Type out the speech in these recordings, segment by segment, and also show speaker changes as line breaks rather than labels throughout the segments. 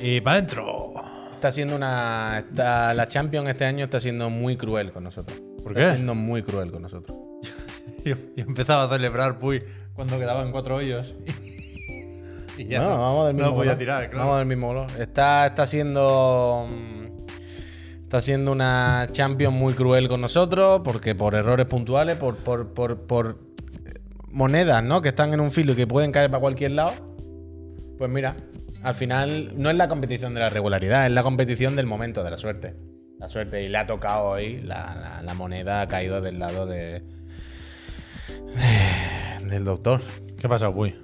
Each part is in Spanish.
Y para adentro.
Está siendo una. está- la Champions este año está siendo muy cruel con nosotros.
¿Por
Está
qué?
siendo muy cruel con nosotros.
Yo, yo empezaba a celebrar, Puy, cuando quedaban cuatro hoyos. Y ya
no, vamos del mismo
no voy a
color.
tirar, claro.
Vamos del mismo color. Está, está siendo. mm, Está siendo una Champions muy cruel con nosotros, porque por errores puntuales, por, por, por, por eh, monedas, ¿no? Que están en un filo y que pueden caer para cualquier lado. Pues mira, al final no es la competición de la regularidad, es la competición del momento, de la suerte. La suerte, y le ha tocado hoy, la, la- la moneda ha caído del lado de. del doctor.
¿Qué pasa, Puy?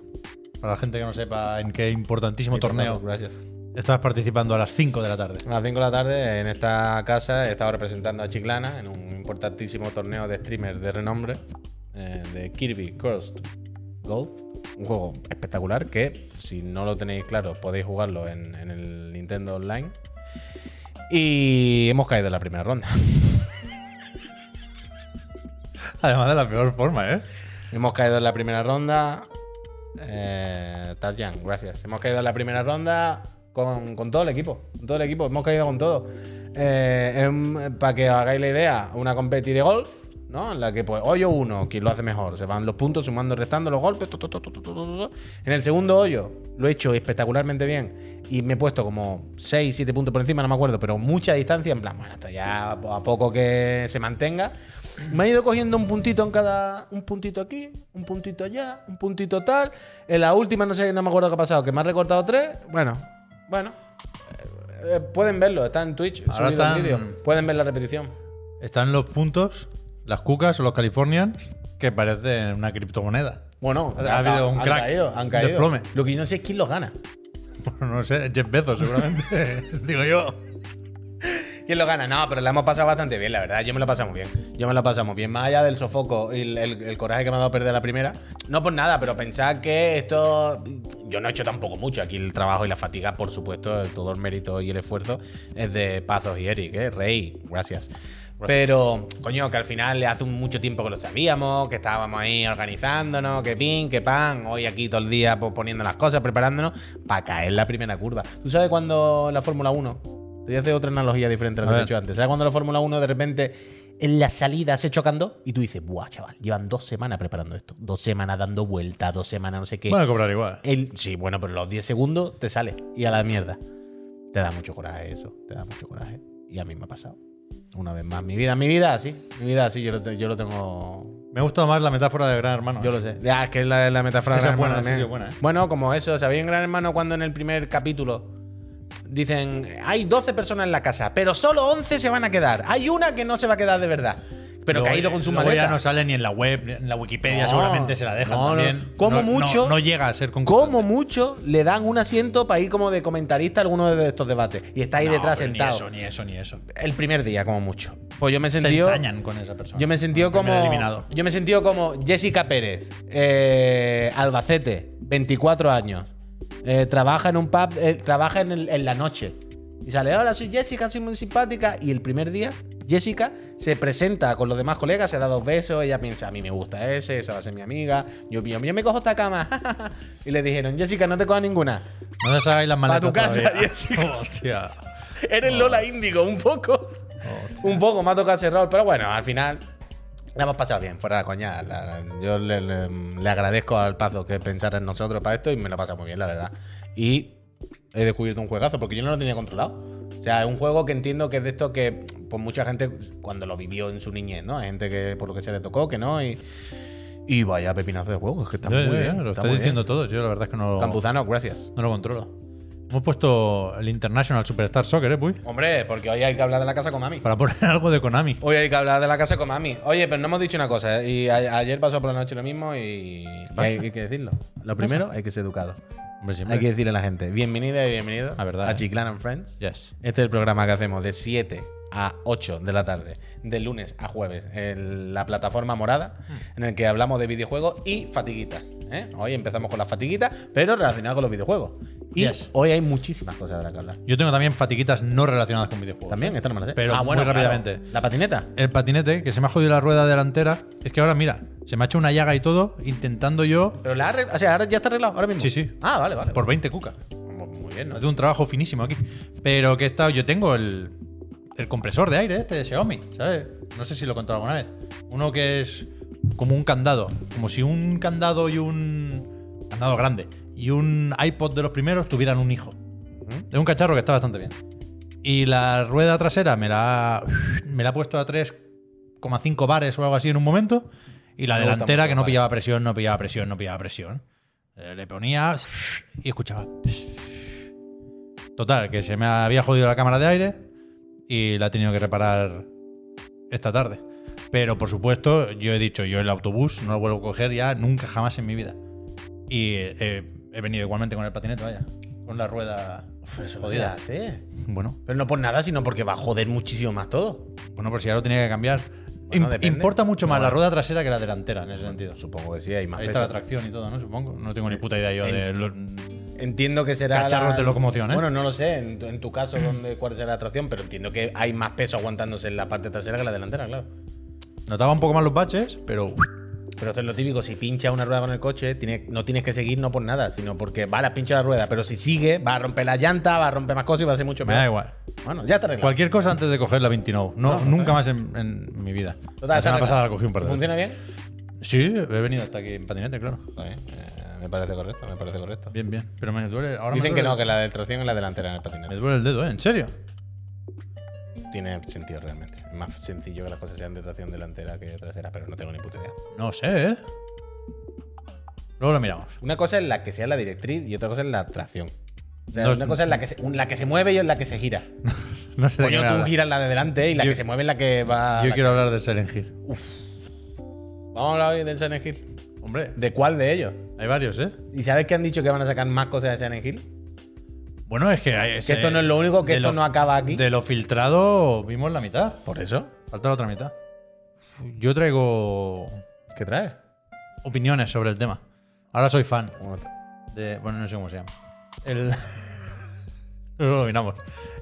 Para la gente que no sepa en qué importantísimo torneo
Gracias.
estabas participando a las 5 de la tarde.
A las 5 de la tarde en esta casa he estado representando a Chiclana en un importantísimo torneo de streamers de renombre eh, de Kirby Cursed Golf. Un juego espectacular que, si no lo tenéis claro, podéis jugarlo en, en el Nintendo Online. Y hemos caído en la primera ronda.
Además de la peor forma, ¿eh?
hemos caído en la primera ronda. Eh, Tarjan, gracias. Hemos caído en la primera ronda con, con todo el equipo. Con todo el equipo, hemos caído con todo. Para que os hagáis la idea, una competi de golf, ¿no? En la que pues hoyo uno, quien lo hace mejor. Se van los puntos sumando, restando los golpes. tu, tu, tu, tu, tu, tu, tu, tu. En el segundo hoyo lo he hecho espectacularmente bien. Y me he puesto como 6, 7 puntos por encima, no me acuerdo, pero mucha distancia. En plan, bueno, esto ya a poco que se mantenga. Me ha ido cogiendo un puntito en cada. Un puntito aquí, un puntito allá, un puntito tal. En la última, no sé, no me acuerdo qué ha pasado, que me ha recortado tres. Bueno, bueno. Eh, eh, pueden verlo, está en Twitch,
Ahora
subido el
están-
vídeo. Pueden ver la repetición.
Están los puntos, las cucas o los californians, que parecen una criptomoneda.
Bueno,
Ha habido un
han
crack,
Caído, han
un
caído.
desplome.
Lo que yo no sé es quién los gana.
No sé, Jeff Bezos, seguramente. Digo yo.
¿Quién lo gana? No, pero la hemos pasado bastante bien, la verdad. Yo me la pasamos bien. Yo me la pasamos bien. Más allá del sofoco y el, el- el coraje que me ha dado perder la primera. No por nada, pero pensad que esto. Yo no he hecho tampoco mucho. Aquí el trabajo y la fatiga, por supuesto, todo el mérito y el esfuerzo es de Pazos y Eric, ¿eh? Rey, gracias. Pero, coño, que al final hace un- mucho tiempo que lo sabíamos, que estábamos ahí organizándonos, que pin, que pan, hoy aquí todo el día pues, poniendo las cosas, preparándonos para caer la primera curva. ¿Tú sabes cuando la Fórmula 1 te voy a hacer otra analogía diferente a lo
A
que te he
ver.
hecho antes. ¿Sabes cuando la Fórmula 1 de repente en la salida se chocan dos? Y tú dices, buah, chaval, llevan dos semanas preparando esto. Dos semanas dando vueltas, dos semanas no sé qué.
Van a cobrar igual.
El- sí, bueno, pero los 10 segundos te sale y a la mierda. Te da mucho coraje eso, te da mucho coraje. Y a mí me ha pasado. Una vez más, mi vida, mi vida así, mi vida así, yo lo, te- yo lo tengo.
Me ha gustado más la metáfora de Gran Hermano. ¿eh?
Yo lo sé. Ah, es que es la, la metáfora
Esa
Gran
es buena,
Hermano
esa sí
también.
es buena, ¿eh?
Bueno, como eso, ¿sabéis en Gran Hermano cuando en el primer capítulo dicen hay 12 personas en la casa, pero solo 11 se van a quedar? Hay una que no se va a quedar de verdad, pero
Luego-
que ha ido con su
luego
maleta.
ya no sale ni en la web, ni en la Wikipedia,
No,
seguramente se la dejan
no, no.
también.
Como
No- no-
mucho-
No, llega a ser concurrente.
Como mucho le dan un asiento para ir como de comentarista a alguno de estos debates y está ahí
No,
detrás
pero
sentado.
Ni eso, ni eso, ni eso.
El primer día, como mucho. Pues yo me
Se
sentí.
ensañan con esa persona.
Yo me he sentido
El primer
como.
eliminado.
Yo me he sentido como Jessica Pérez, eh, Albacete, 24 años. eh, trabaja en un pub, eh, trabaja en, el- en la noche. Y sale, hola, soy Jessica, soy muy simpática. Y el primer día, Jessica se presenta con los demás colegas, se da dos besos. Ella piensa, a mí me gusta ese, esa va a ser mi amiga. Yo, yo, yo me cojo esta cama. y le dijeron, Jessica, no te cojas ninguna.
No te sabéis las maletas
tu casa,
todavía.
Jessica.
Hostia.
Eres Lola Índigo, un poco.
Hostia.
Un poco, me ha tocado ese rol, pero bueno, al final la hemos pasado bien, fuera de la coña. La- la- yo le, le- le agradezco al Pazo que pensara en nosotros para esto y me lo pasa muy bien, la verdad. Y he descubierto un juegazo, porque yo no lo tenía controlado. O sea, es un juego que entiendo que es de esto que pues mucha gente cuando lo vivió en su niñez, ¿no? Hay gente que por lo que se le tocó, que no, y, y vaya pepinazo de juego, es que está
Ya,
muy
ya, ya,
bien.
Eh, lo
está
estáis
muy
diciendo todo. Yo la verdad es que no,
bien. Campuzano, gracias.
no lo controlo. Hemos puesto el International Superstar Soccer, ¿eh, Puy?
Hombre, porque hoy hay que hablar de la casa con mami.
Para poner algo de Konami.
Hoy hay que hablar de la casa con mami. Oye, pero no hemos dicho una cosa. ¿eh? Y a- ayer pasó por la noche lo mismo y, y hay, hay que decirlo. Lo primero, hay que ser educado.
Hombre, siempre.
Hay que decirle a la gente, bienvenida y bienvenido
La verdad,
a
eh.
Chiclan and Friends.
Yes.
Este es el programa que hacemos de 7 a 8 de la tarde, de lunes a jueves, en la plataforma morada,
Hmm.
en el que hablamos de videojuegos y fatiguitas. ¿eh? Hoy empezamos con las fatiguitas, pero relacionadas con los videojuegos. Y
Yes.
hoy hay muchísimas cosas de las que hablar.
Yo tengo también fatiguitas no relacionadas con videojuegos.
También, esta no me la sé. Ah,
Pero muy
claro.
rápidamente.
La patineta.
El patinete, que se me ha jodido la rueda delantera. Es que ahora, mira, se me ha hecho una llaga y todo, intentando yo
Pero la ha arreg- o sea, ahora ya está arreglado, ahora mismo.
Sí, sí.
Ah, vale, vale.
por 20 cucas.
Muy bien.
bien, ¿no? Hace un trabajo finísimo aquí. Pero que he estado. Yo tengo el, el compresor de aire este de Xiaomi, ¿sabes? No sé si lo he contado alguna vez. Uno que es como un candado. Como si un candado y un. Candado grande. Y un iPod de los primeros tuvieran un hijo. Es un cacharro que está bastante bien. Y la rueda trasera me la, ha- me la ha puesto a 3,5 bares o algo así en un momento. Y la
Me gusta
delantera
mucho,
que no
vale.
pillaba presión, no pillaba presión, no pillaba presión. Eh, Le ponía y escuchaba. Total, que se me había jodido la cámara de aire y la he tenido que reparar esta tarde. Pero por supuesto, yo he dicho, yo el autobús no lo vuelvo a coger ya nunca jamás en mi vida. Y eh, he venido igualmente con el patinete, vaya. Con la rueda
Eso no se
jodida.
hace.
Bueno,
Pero no por nada, sino porque va a joder muchísimo más todo.
bueno, por si ya lo tenía que cambiar.
Bueno,
Im-
depende.
importa mucho más
No,
la
bueno.
rueda trasera que la delantera en ese sentido.
Supongo que sí, hay más
Ahí está la
peso.
tracción y todo, ¿no? Supongo. No tengo ni puta idea yo
en-
de. lo-
Entiendo que será.
Cacharros de locomoción, ¿eh?
Bueno, no lo sé, en tu, en tu caso, dónde, cuál será la tracción, pero entiendo que hay más peso aguantándose en la parte trasera que en la delantera, claro.
Notaba un poco más los baches, pero.
Pero esto es lo típico, si pinchas una rueda con el coche, tiene- no tienes que seguir no por nada, sino porque vale, has pinchado la rueda, pero si sigue, va a romper la llanta, va a romper más cosas y va a ser mucho
Me da
peor.
igual.
Bueno, ya está arreglado.
Cualquier cosa antes de coger la 29. No,
No,
nunca más en, en mi vida. la
Total, está
semana
arreglado.
pasada la cogí un par de
¿Funciona
veces.
bien?
Sí, he venido hasta aquí en patinete, claro.
Eh, me parece correcto, me parece correcto.
Bien, bien. Pero me duele. Ahora me
Dicen que
duele-
no, que la del tracción es la delantera en el
Me
patinete.
duele el dedo, ¿eh? ¿En serio?
Tiene sentido realmente. Es más sencillo que las cosas sean de tracción delantera que trasera, pero no tengo ni puta idea.
No sé, ¿eh? Luego lo miramos.
Una cosa es la que sea la directriz y otra cosa es la tracción. O sea,
No,
una cosa es la que, se, un- la que se mueve y es la que se gira.
No sé de qué me
Coño, tú
hablas.
giras la de delante y la
Yo-
que se mueve es la que va.
Yo
la-
quiero hablar de Silent Hill.
Vamos a hablar hoy del Silent Hill.
Hombre,
¿De cuál de ellos?
hay varios, ¿eh?
¿Y sabes que han dicho que van a sacar más cosas de Silent Hill?
Bueno, es que. hay ese-
esto no es lo único, que
de
esto no acaba aquí.
De lo filtrado vimos la mitad.
¿Por eso?
Falta la otra mitad. Yo traigo
¿Qué traes?
opiniones sobre el tema. Ahora soy fan de. Bueno, no sé cómo se llama. El. Luego lo miramos.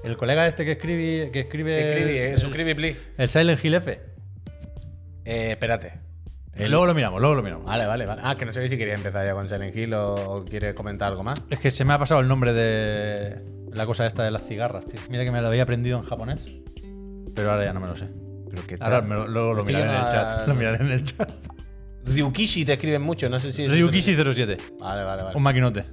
El colega este que escribe. Que escribe, el-
Suscribe, please.
El Silent Hill F.
Eh, espérate.
Luego lo miramos, luego lo miramos.
Vale, vale, vale. Ah, que no sé si quería empezar ya con Silent Hill o, o quieres comentar algo más.
Es que se me ha pasado el nombre de la cosa esta de las cigarras, tío. Mira que me la había aprendido en japonés, pero ahora ya no me lo sé.
Pero que
Ahora me lo- luego lo
Es que
miraré
yo
en el
no-
chat. Lo miraré en el chat.
Ryukishi te escriben mucho, no sé si. es-
Ryukishi07,
Vale, vale, vale.
un maquinote.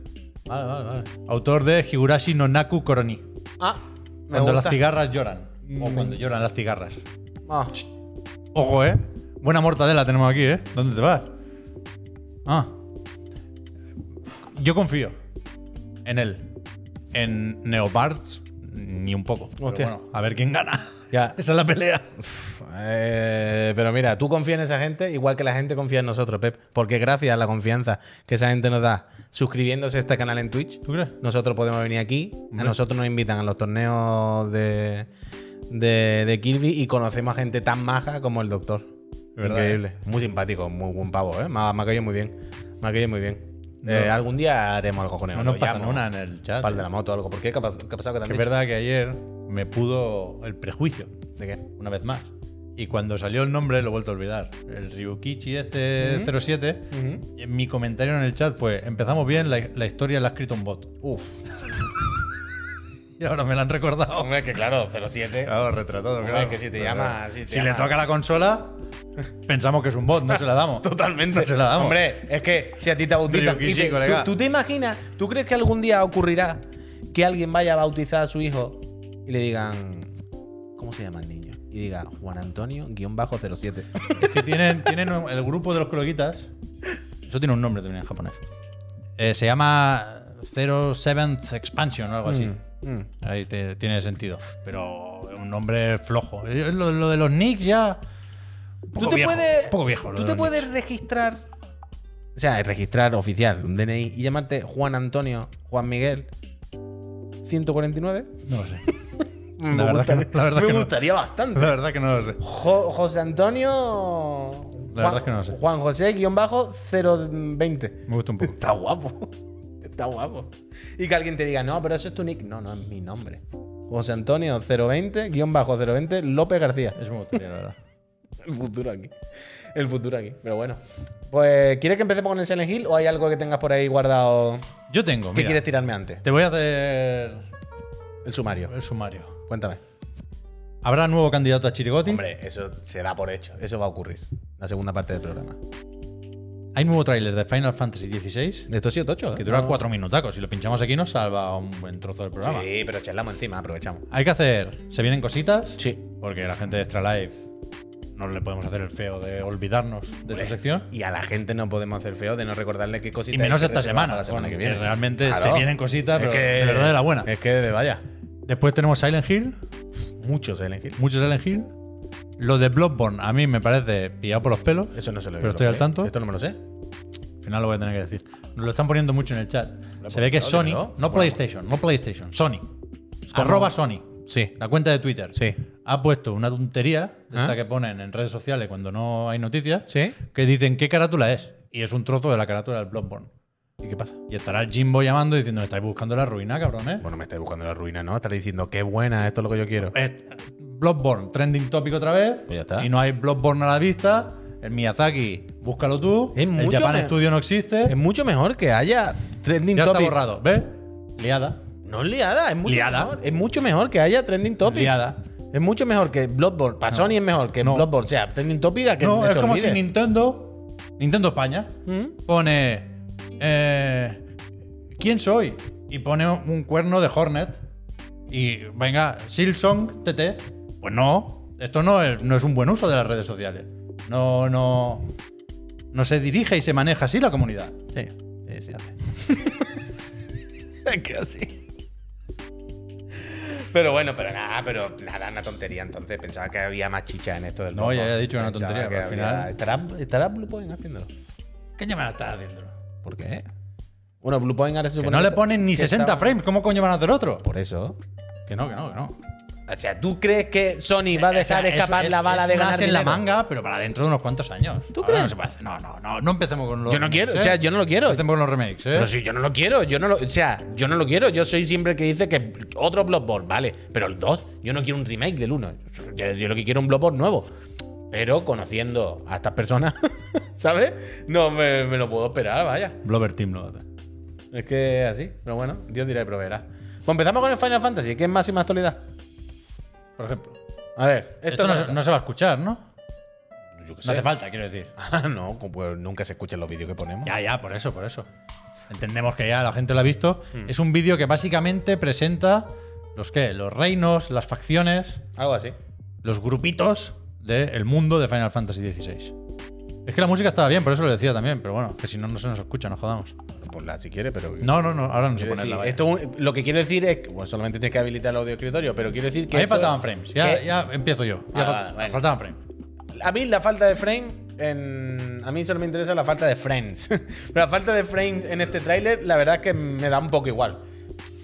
Vale, vale, vale.
Autor de Higurashi no Naku Koroni.
Ah, me
Cuando las
gusta. Mm.
cigarras lloran. O cuando lloran las cigarras.
Ah,
Ojo, ¿eh? Buena mortadela tenemos aquí, ¿eh? ¿Dónde te vas? Ah. Yo confío en él. En Neoparts, ni un poco. Pero
Hostia.
bueno, a ver quién gana.
Ya.
Esa es la pelea.
Eh, pero mira, tú confías en esa gente igual que la gente confía en nosotros, Pep. Porque gracias a la confianza que esa gente nos da suscribiéndose a este canal en Twitch,
¿Tú crees?
nosotros podemos venir aquí. A
Hombre.
nosotros nos invitan a los torneos de, de, de Kirby y conocemos a gente tan maja como el doctor.
verdad,
Increíble. eh. Muy simpático, muy buen pavo, ¿eh? Me ha, me ha caído muy bien. Me ha caído muy bien.
No.
Eh, algún día haremos algo con él.
No
lo
nos pasan
llamo,
una en el chat. ¿eh?
Pal de la moto o algo. ¿Por qué? ¿Qué ha pas- qué ha pasado? ¿Qué te han
Que es
dicho?
verdad que ayer me pudo el prejuicio,
¿De qué?
una vez más. Y cuando salió el nombre lo he vuelto a olvidar. El Ryukichi este 07. en Mi comentario en el chat fue, empezamos bien, la, la historia la ha escrito un bot.
Uf.
Y ahora me la han recordado.
Hombre, que claro, 07.
Claro, retratado,
Hombre,
claro.
que si te
Claro.
llama- si te
le
llama-
toca la consola, pensamos que es un bot, no se la damos.
Totalmente.
No se la damos.
Hombre, es que si a ti te bautizan.
Ryukishi,
y te-
colega.
¿tú, tú te imaginas? ¿Tú crees que algún día ocurrirá que alguien vaya a bautizar a su hijo y le digan. ¿Cómo se llama el niño? Y diga Juan Antonio-07.
Es que tienen, tienen un- el grupo de los croquetas. Eso tiene un nombre también en japonés. Eh, se llama 07th Expansion o algo así.
Mm.
Ahí te- tiene sentido. Pero es un nombre flojo. Eh, Lo, lo de los nicks ya. Un poco
Tú te
viejo,
puedes.
un poco viejo. lo
Tú
de
te
los
puedes registrar. O sea, registrar oficial, un DNI, y llamarte Juan Antonio, Juan Miguel 149.
nicks. No lo sé.
Me,
La verdad que no, la verdad
me
que no.
gustaría bastante.
La verdad que no lo sé.
Jo- José Antonio.
La verdad es que no lo sé.
Juan José, guión bajo, 020.
Me gusta un poco.
Está guapo. Está guapo. Y que alguien te diga, no, pero eso es tu nick. No, no, es mi nombre. José Antonio 020, guión bajo 020, López García.
Eso me gustaría, la verdad.
El futuro aquí. El futuro aquí. Pero bueno. Pues, ¿quieres que empecemos con el Silent Hill o hay algo que tengas por ahí guardado?
Yo Yo tengo,
¿Qué
mira.
quieres tirarme antes?
Te voy a hacer
El sumario.
el sumario.
Cuéntame.
¿Habrá nuevo candidato a Chirigoti?
Hombre, eso se da por hecho. Eso va a ocurrir. La segunda parte del programa.
Hay nuevo tráiler de Final Fantasy XVI
Esto ha sido tocho. ¿eh?
que dura
No-
cuatro minutacos. Si lo pinchamos aquí nos salva un buen trozo del programa.
Sí, pero charlamos encima, aprovechamos.
Hay que hacer. Se vienen cositas.
Sí.
Porque la gente de Extra Life no le podemos hacer el feo de olvidarnos de su sección.
Y a la gente no podemos hacer feo de no recordarle qué cositas.
Y menos
hay que
esta
reservar
semana,
para La semana
bueno,
que viene.
que realmente se vienen cositas, pero de verdad de la buena.
Es que de vaya.
Después tenemos Silent Hill.
Muchos Silent Hill.
Muchos Silent Hill. Lo de Bloodborne a mí me parece pillado por los pelos.
Eso no se lo
Pero
yo
estoy
lo
al
sé.
tanto.
Esto no me lo sé.
Al final lo voy a tener que decir. Nos lo están poniendo mucho en el chat. Se ve que
Dímelo,
Sony,
dímelo.
no
Bueno.
PlayStation, no PlayStation, Sony.
Como-
Arroba Sony.
Sí.
La cuenta de Twitter.
Sí.
Ha puesto una tontería, de
¿Ah?
esta que ponen en redes sociales cuando no hay noticias,
Sí.
que dicen qué carátula es. Y es un trozo de la carátula del Bloodborne.
¿Y qué pasa?
Y estará el Jimbo llamando diciendo, estáis buscando la ruina, cabrón, ¿eh?
Bueno, me estáis buscando la ruina, ¿no? Estáis diciendo, qué buena, esto es lo que yo quiero.
Es- Bloodborne, trending topic otra vez.
Pues ya está.
Y no hay Bloodborne a la vista. El Miyazaki, búscalo tú.
Es
el
mucho
Japan
me-
Studio no existe.
Es mucho mejor que haya trending
ya está
topic.
borrado, ¿ves? Liada.
No es liada, es mucho
Liada.
mejor. Es mucho mejor que haya trending topic.
Liada.
Es mucho mejor que Bloodborne. Para Sony es mejor que
No.
Bloodborne sea trending topic a que
No,
se
es como
olvide.
si Nintendo, Nintendo España,
¿Mm?
pone eh, ¿Quién soy? Y pone un un cuerno de Hornet. Y venga, Silsong TT. Pues no, esto no es, no es un buen uso de las redes sociales. No, no. No se dirige y se maneja así la comunidad.
Sí, sí, sí. es que así. Pero bueno, pero nada, pero nada, una tontería. Entonces pensaba que había más chicha en esto del
No,
Bloodborne.
ya he dicho que era una
Pensaba
tontería,
que
pero al
había-
final-
¿Estará, estará Blue Point haciéndolo?
¿Qué ya me la estás haciendo?
¿Por qué? Bueno, Blue Point ahora se
Que
supone
no le
que-
ponen ni
que
60
estaba-
frames, ¿cómo coño van a hacer otro?
Por eso.
Que no, que no, que no.
O sea, ¿tú crees que Sony va a dejar
O sea,
escapar
es-
la bala
es
de
un as
ganar
en la
dinero?
manga, pero para dentro de unos cuantos años.
¿Tú
Ahora
crees?
No, se puede hacer. no, no, no, no empecemos con los
Yo no
remakes,
quiero, o
¿eh?
sea, yo no lo quiero.
Empecemos con los remakes, ¿eh?
Pero si yo no lo quiero, yo no lo, o sea, yo no lo quiero. Yo soy siempre el que dice que otro Bloodborne, vale, pero el 2, yo no quiero un remake del 1. Yo, yo lo que quiero es un Bloodborne nuevo. Pero conociendo a estas personas, ¿sabes? No me, me lo puedo esperar, vaya.
Blover Team lo hace.
Es que es así, pero bueno, Dios dirá y proveerá. Pues empezamos con el Final Fantasy, que es máxima actualidad.
Por ejemplo.
A ver,
Esto, no, se- no se va a escuchar, ¿no?
yo qué
No
sé.
hace falta, quiero decir.
Ah, no, como pues nunca se escuchan los vídeos que ponemos.
Ya, ya, por eso, por eso. Entendemos que ya la gente lo ha visto.
Hmm.
Es un vídeo que básicamente presenta los qué, los reinos, las facciones,
Algo así.
los grupitos del mundo de Final Fantasy XVI. Es que la música estaba bien, por eso lo decía también, pero bueno, que si no, no se nos escucha, nos jodamos.
Ponla Pues si quieres, pero.
No, no, no, ahora no se
Quiero
pone
decir,
la
esto es un- lo que quiero decir es que bueno, solamente tienes que habilitar el audio escritorio, pero quiero decir que.
Ahí
esto-
faltaban frames. Ya,
que-
ya empiezo yo. Ya
Ah,
fal-
vale, vale.
Faltaban frames.
A mí la falta de frame. En, a mí solo me interesa la falta de frames. pero la falta de frames en este tráiler, la verdad es que me da un poco igual.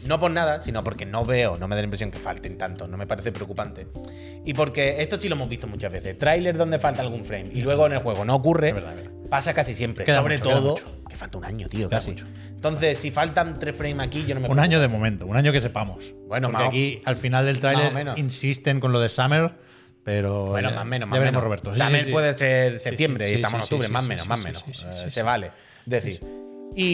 No por nada, sino porque no veo, no me da la impresión que falten tanto, no me parece preocupante. Y porque esto sí lo hemos visto muchas veces. Tráiler donde falta algún frame y luego en el juego no ocurre,
verdad, es verdad.
pasa casi siempre.
Queda
Sobre
mucho, queda
todo,
mucho.
que falta un año, tío,
Queda
casi.
mucho.
Entonces, si faltan tres frames aquí, yo no me
Un año de momento, un año que sepamos.
Bueno,
Porque
más o-
aquí al final del
más o
tráiler
menos.
insisten con lo de Summer, pero
Bueno,
ya-
más menos, más
ya veremos
menos.
Roberto. Sí,
Summer
sí, sí.
puede ser septiembre
Sí,
y
sí,
estamos en
sí,
octubre,
sí,
más
sí,
menos,
sí,
más
sí,
menos.
sí, sí,
Eh,
sí,
se
sí.
vale. Decir.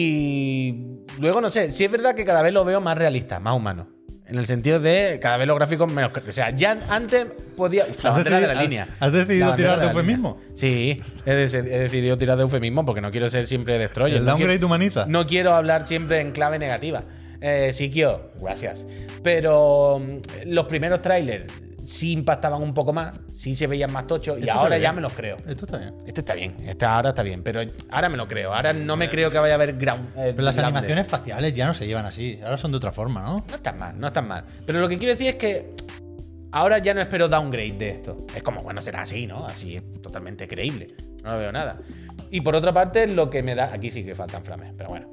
Y luego no sé, sí es verdad que cada vez lo veo más realista, más humano. En el sentido de cada vez los gráficos menos. O sea, ya antes podía. Uf, La
¿Has
bandera de la
decidido-
línea.
has- has decidido
La bandera
tirar de
la línea.
eufemismo?
Sí, he, deci- he decidido tirar de eufemismo porque no quiero ser siempre destroyer.
El
no quiero-
downgrade humaniza.
no quiero hablar siempre en clave negativa. Eh, Sikio, gracias. Pero mm, los primeros trailers sí impactaban un poco más, sí se veían más tochos y
Esto se
ahora
ve
ya
bien.
me los creo.
Esto está bien.
Este está bien, este ahora está bien, pero ahora me lo creo. Ahora no me creo que vaya a haber ground. eh,
Pero las
grandes.
animaciones faciales ya no se llevan así. Ahora son de otra forma, ¿no?
No están mal, no están mal. Pero lo que quiero decir es que ahora ya no espero downgrade de esto. Es como, bueno, será así, ¿no? Así es totalmente creíble. No lo veo nada. Y por otra parte, lo que me da. Aquí sí que faltan frames, pero bueno.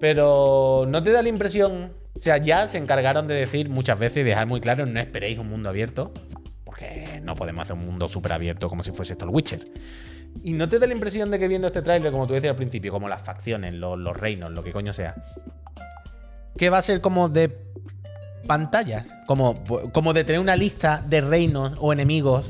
Pero no te da la impresión. O sea, ya se encargaron de decir muchas veces y dejar muy claro: no esperéis un mundo abierto. Porque no podemos hacer un mundo súper abierto como si fuese esto el Witcher. Y no te da la impresión de que viendo este tráiler, como tú decías al principio, como las facciones, los, los reinos, lo que coño sea, que va a ser como de pantallas, como, como de tener una lista de reinos o enemigos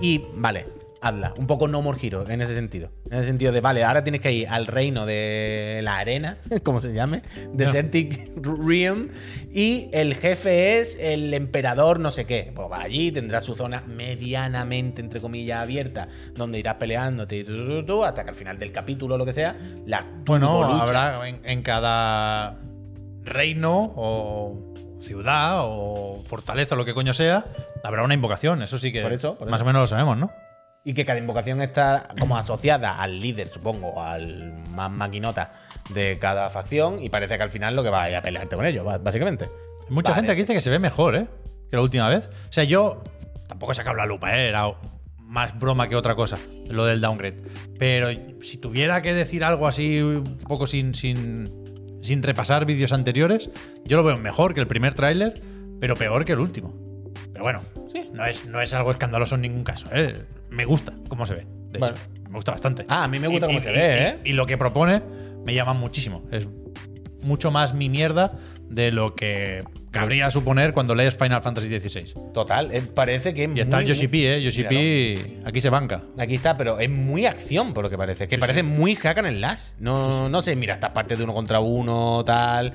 y, vale, hazla. Un poco no more hero en ese sentido. En el sentido de, vale, ahora tienes que ir al reino de la arena, como se llame, Desertic Realm, y el jefe es el emperador no sé qué. Pues va allí, tendrá su zona medianamente, entre comillas, abierta, donde irás peleándote y tu, tu, tu, tu, hasta que al final del capítulo o lo que sea, la
Bueno,
turbo lucha.
habrá en, en cada reino o ciudad o fortaleza o lo que coño sea, habrá una invocación. Eso sí que
Por eso, por
más
eso.
o menos lo sabemos, ¿no?
Y que cada invocación está como asociada al líder, supongo, o al más maquinota de cada facción. Y parece que al final lo que va a ir a pelearte con ellos, ba- básicamente.
Hay mucha
Vale.
gente que dice que se ve mejor, ¿eh? Que la última vez. O sea, yo tampoco he sacado la lupa, ¿eh? Era más broma que otra cosa, lo del downgrade. Pero si tuviera que decir algo así, un poco sin, sin, sin repasar vídeos anteriores, yo lo veo mejor que el primer tráiler, pero peor que el último. Pero bueno, no, es, no es algo escandaloso en ningún caso, ¿eh? Me gusta cómo se ve, de
Vale.
hecho. Me gusta bastante.
Ah, a mí me gusta
Y-
cómo
y-
se
y-
ve,
y-
¿eh?
Y lo que propone me llama muchísimo. Es mucho más mi mierda de lo que cabría suponer cuando lees Final Fantasy XVI.
Total, eh, parece que es
Y está
muy-
el Yoshi P, ¿eh? Yoshi P aquí se banca.
Aquí está, pero es muy acción, por lo que parece. Que parece muy hack and slash. No, no sé, mira, estas partes de uno contra uno, tal.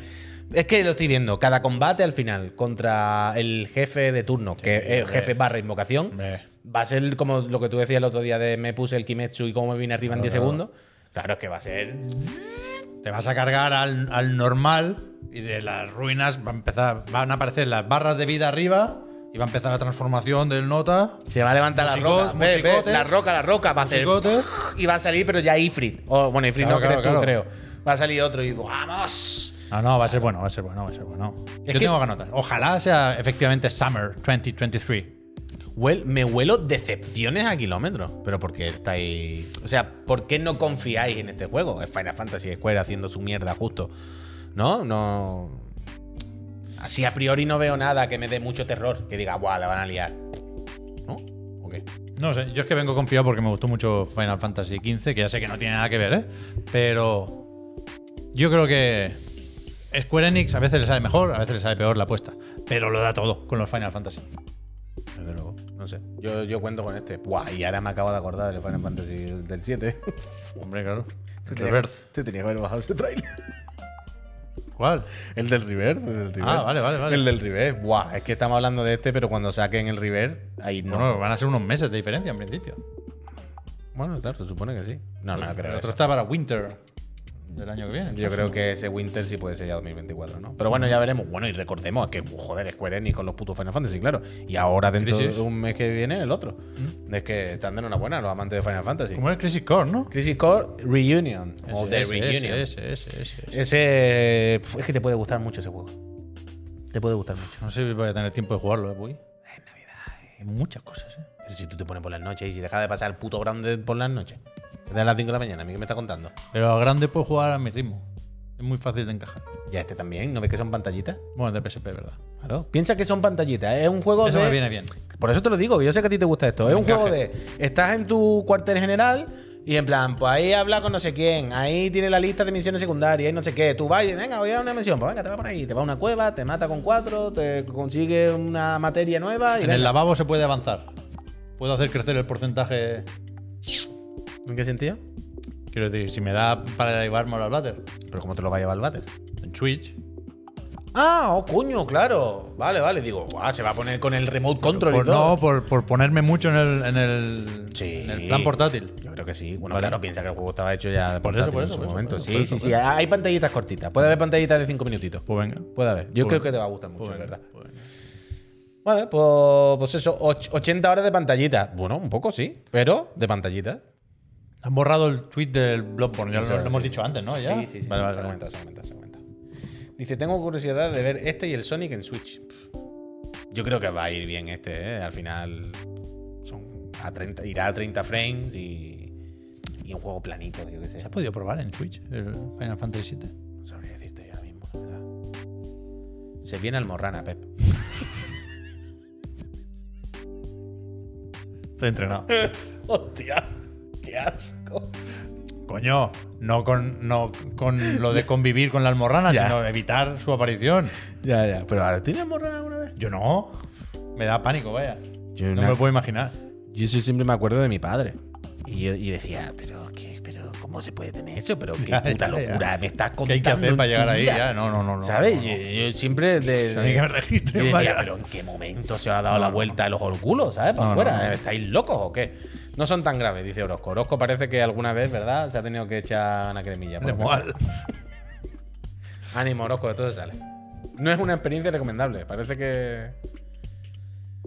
Es que lo estoy viendo. Cada combate al final contra el jefe de turno, que es el
hombre.
jefe barra invocación,
Hombre.
va a ser como lo que tú decías el otro día de me puse el Kimetsu y cómo me vine arriba en 10 segundos. Claro, es que va a ser.
Te vas a cargar al, al normal y de las ruinas va a empezar, van a aparecer las barras de vida arriba y va a empezar la transformación del nota.
Se va a levantar
Musicó-
la roca. Ve, ve,
musicote.
la roca, la roca. Va a hacer.
Musicote.
Y va a salir, pero ya Ifrit. O, bueno, Ifrit
Claro,
no crees
claro,
tú,
claro.
creo. Va a salir otro y ¡vamos!
Ah, No, no, va a ser bueno, va a ser bueno, va a ser bueno.
Es
Yo
que-
tengo ganotas. Ojalá sea efectivamente Summer 2023.
Huel- me huelo decepciones a kilómetros. Pero ¿por qué estáis.? O sea, ¿por qué no confiáis en este juego? Es Final Fantasy Square haciendo su mierda justo. ¿No? No. Así a priori no veo nada que me dé mucho terror. Que diga, ¡buah, la van a liar! ¿No? ¿O qué?
No sé, yo es que vengo confiado porque me gustó mucho Final Fantasy XV, que ya sé que no tiene nada que ver, ¿eh? Pero yo creo que Square Enix a veces le sale mejor, a veces le sale peor la apuesta, pero lo da todo con los Final Fantasy.
Desde luego. No sé. Yo, yo cuento con este. ¡Buah! Y ahora me acabo de acordar del Final Fantasy del 7.
Hombre, claro. El Reverse.
Te tenía que haber bajado ese trailer.
¿Cuál?
El del River, el del River.
Ah, vale, vale, vale.
El del River. Buah, es que estamos hablando de este, pero cuando saquen el River, ahí no.
Bueno, van a ser unos meses de diferencia en principio.
Bueno, claro, se supone que sí. No, no, creo.
el otro
eso.
está para Winter del año que viene.
Yo creo que ese Winter sí puede ser ya 2024, ¿no? Pero bueno, ya veremos. Bueno, y recordemos que, joder, Square Enix con los putos Final Fantasy, claro. Y ahora dentro
Crisis.
de un mes que viene, el otro. Es que están dando una buena los amantes de Final Fantasy.
Como el Crisis Core, ¿no?
Crisis Core Reunion. O Oh, The
Ese, ese,
Reunion.
ese, ese, ese, ese.
Ese. pf, Es que te puede gustar mucho ese juego. Te puede gustar mucho.
No sé si voy a tener tiempo de jugarlo, ¿eh? Voy. Hay muchas cosas, ¿eh?
Pero si tú te pones por las noches y si dejas de pasar el puto grande por las noches. Desde las 5 de la mañana, a mí que me está contando.
Pero a grande puedo jugar a mi ritmo. Es muy fácil de encajar.
Ya este también, ¿no ves que son pantallitas?
Bueno, de PSP, ¿verdad?
Claro. Piensa que son pantallitas. ¿eh? Es un juego
Eso
de.
me viene bien.
Por eso te lo digo, yo sé que a ti te gusta esto. Es un
Encaje.
juego de. Estás en tu cuartel general y en plan, pues ahí habla con no sé quién, ahí tiene la lista de misiones secundarias, ahí no sé qué. Tú vas y venga, voy a una misión, pues venga, te vas por ahí, te vas a una cueva, te mata con cuatro, te consigue una materia nueva y
En
venga.
el lavabo se puede avanzar. Puedo hacer crecer el porcentaje.
¿En qué sentido?
Quiero decir, si me da para llevarme al váter.
Pero ¿cómo te lo va a llevar el váter?
En Switch.
Ah, oh, coño, claro. Vale, vale. Digo, guau, se va a poner con el remote control
Por,
y todo.
no, por, por ponerme mucho en el, en el,
Sí.
en el plan portátil.
Yo creo que sí. Bueno,
Vale.
claro, piensa que el juego estaba hecho ya de
Por eso,
portátil
por
en
eso,
su
por eso,
momento.
por eso,
sí,
por eso,
sí,
por
sí.
eso.
Hay pantallitas cortitas. Puede haber pantallitas de 5 minutitos.
Pues venga.
Puede haber.
Pues-
Yo creo que te va a gustar mucho,
Pues
es
venga,
verdad.
pues venga.
Vale, pues, pues eso. och- 80 horas de pantallitas. Bueno, un poco sí, pero de pantallitas.
Han borrado el tweet del Bloodborne. Ya
Eso,
lo, lo
sí.
hemos dicho antes, ¿no? Ah, ¿Ya?
Sí, sí, sí.
Vale, vale,
se
vale.
aumenta, se aumenta, se aumenta. Dice, tengo curiosidad de ver este y el Sonic en Switch. Yo creo que va a ir bien este, ¿eh? Al final son a 30, irá a 30 frames y, y un juego planito, yo qué sé.
¿Se ha podido probar en Switch el Final Fantasy VII?
No sabría decirte yo ahora mismo, la verdad. Se viene Almorrana, Pep.
Estoy entrenado.
¡Hostia! ¡Qué asco!
Coño, no con, no con lo de convivir con la almorrana,
Ya.
sino evitar su aparición.
Ya, ya. Pero ahora, ¿tiene Almorrana alguna vez?
Yo no. Me da pánico, vaya.
Yo
no
una-
me lo puedo imaginar.
Yo eso siempre me acuerdo de mi padre. Y yo y decía, pero qué, pero ¿cómo se puede tener eso? Pero qué
Ya,
puta
ya, ya.
locura me estás contando.
¿Qué hay que
en
hacer
tu
para llegar ahí?
vida?".
Ya, no, no, no. no
¿Sabes?
no, no.
Yo, yo siempre de,
A mí que me
yo
registren,
decía,
vaya.
pero ¿en qué momento se os ha dado la vuelta de los culos, ¿sabes? Para
No,
afuera.
no, no.
¿Estáis locos o qué? No son tan graves, dice Orozco. Orozco parece que alguna vez, ¿verdad? Se ha tenido que echar una cremilla. por
De
lo que
moal.
sea. Ánimo, Orozco, de todo se sale. No es una experiencia recomendable, parece que.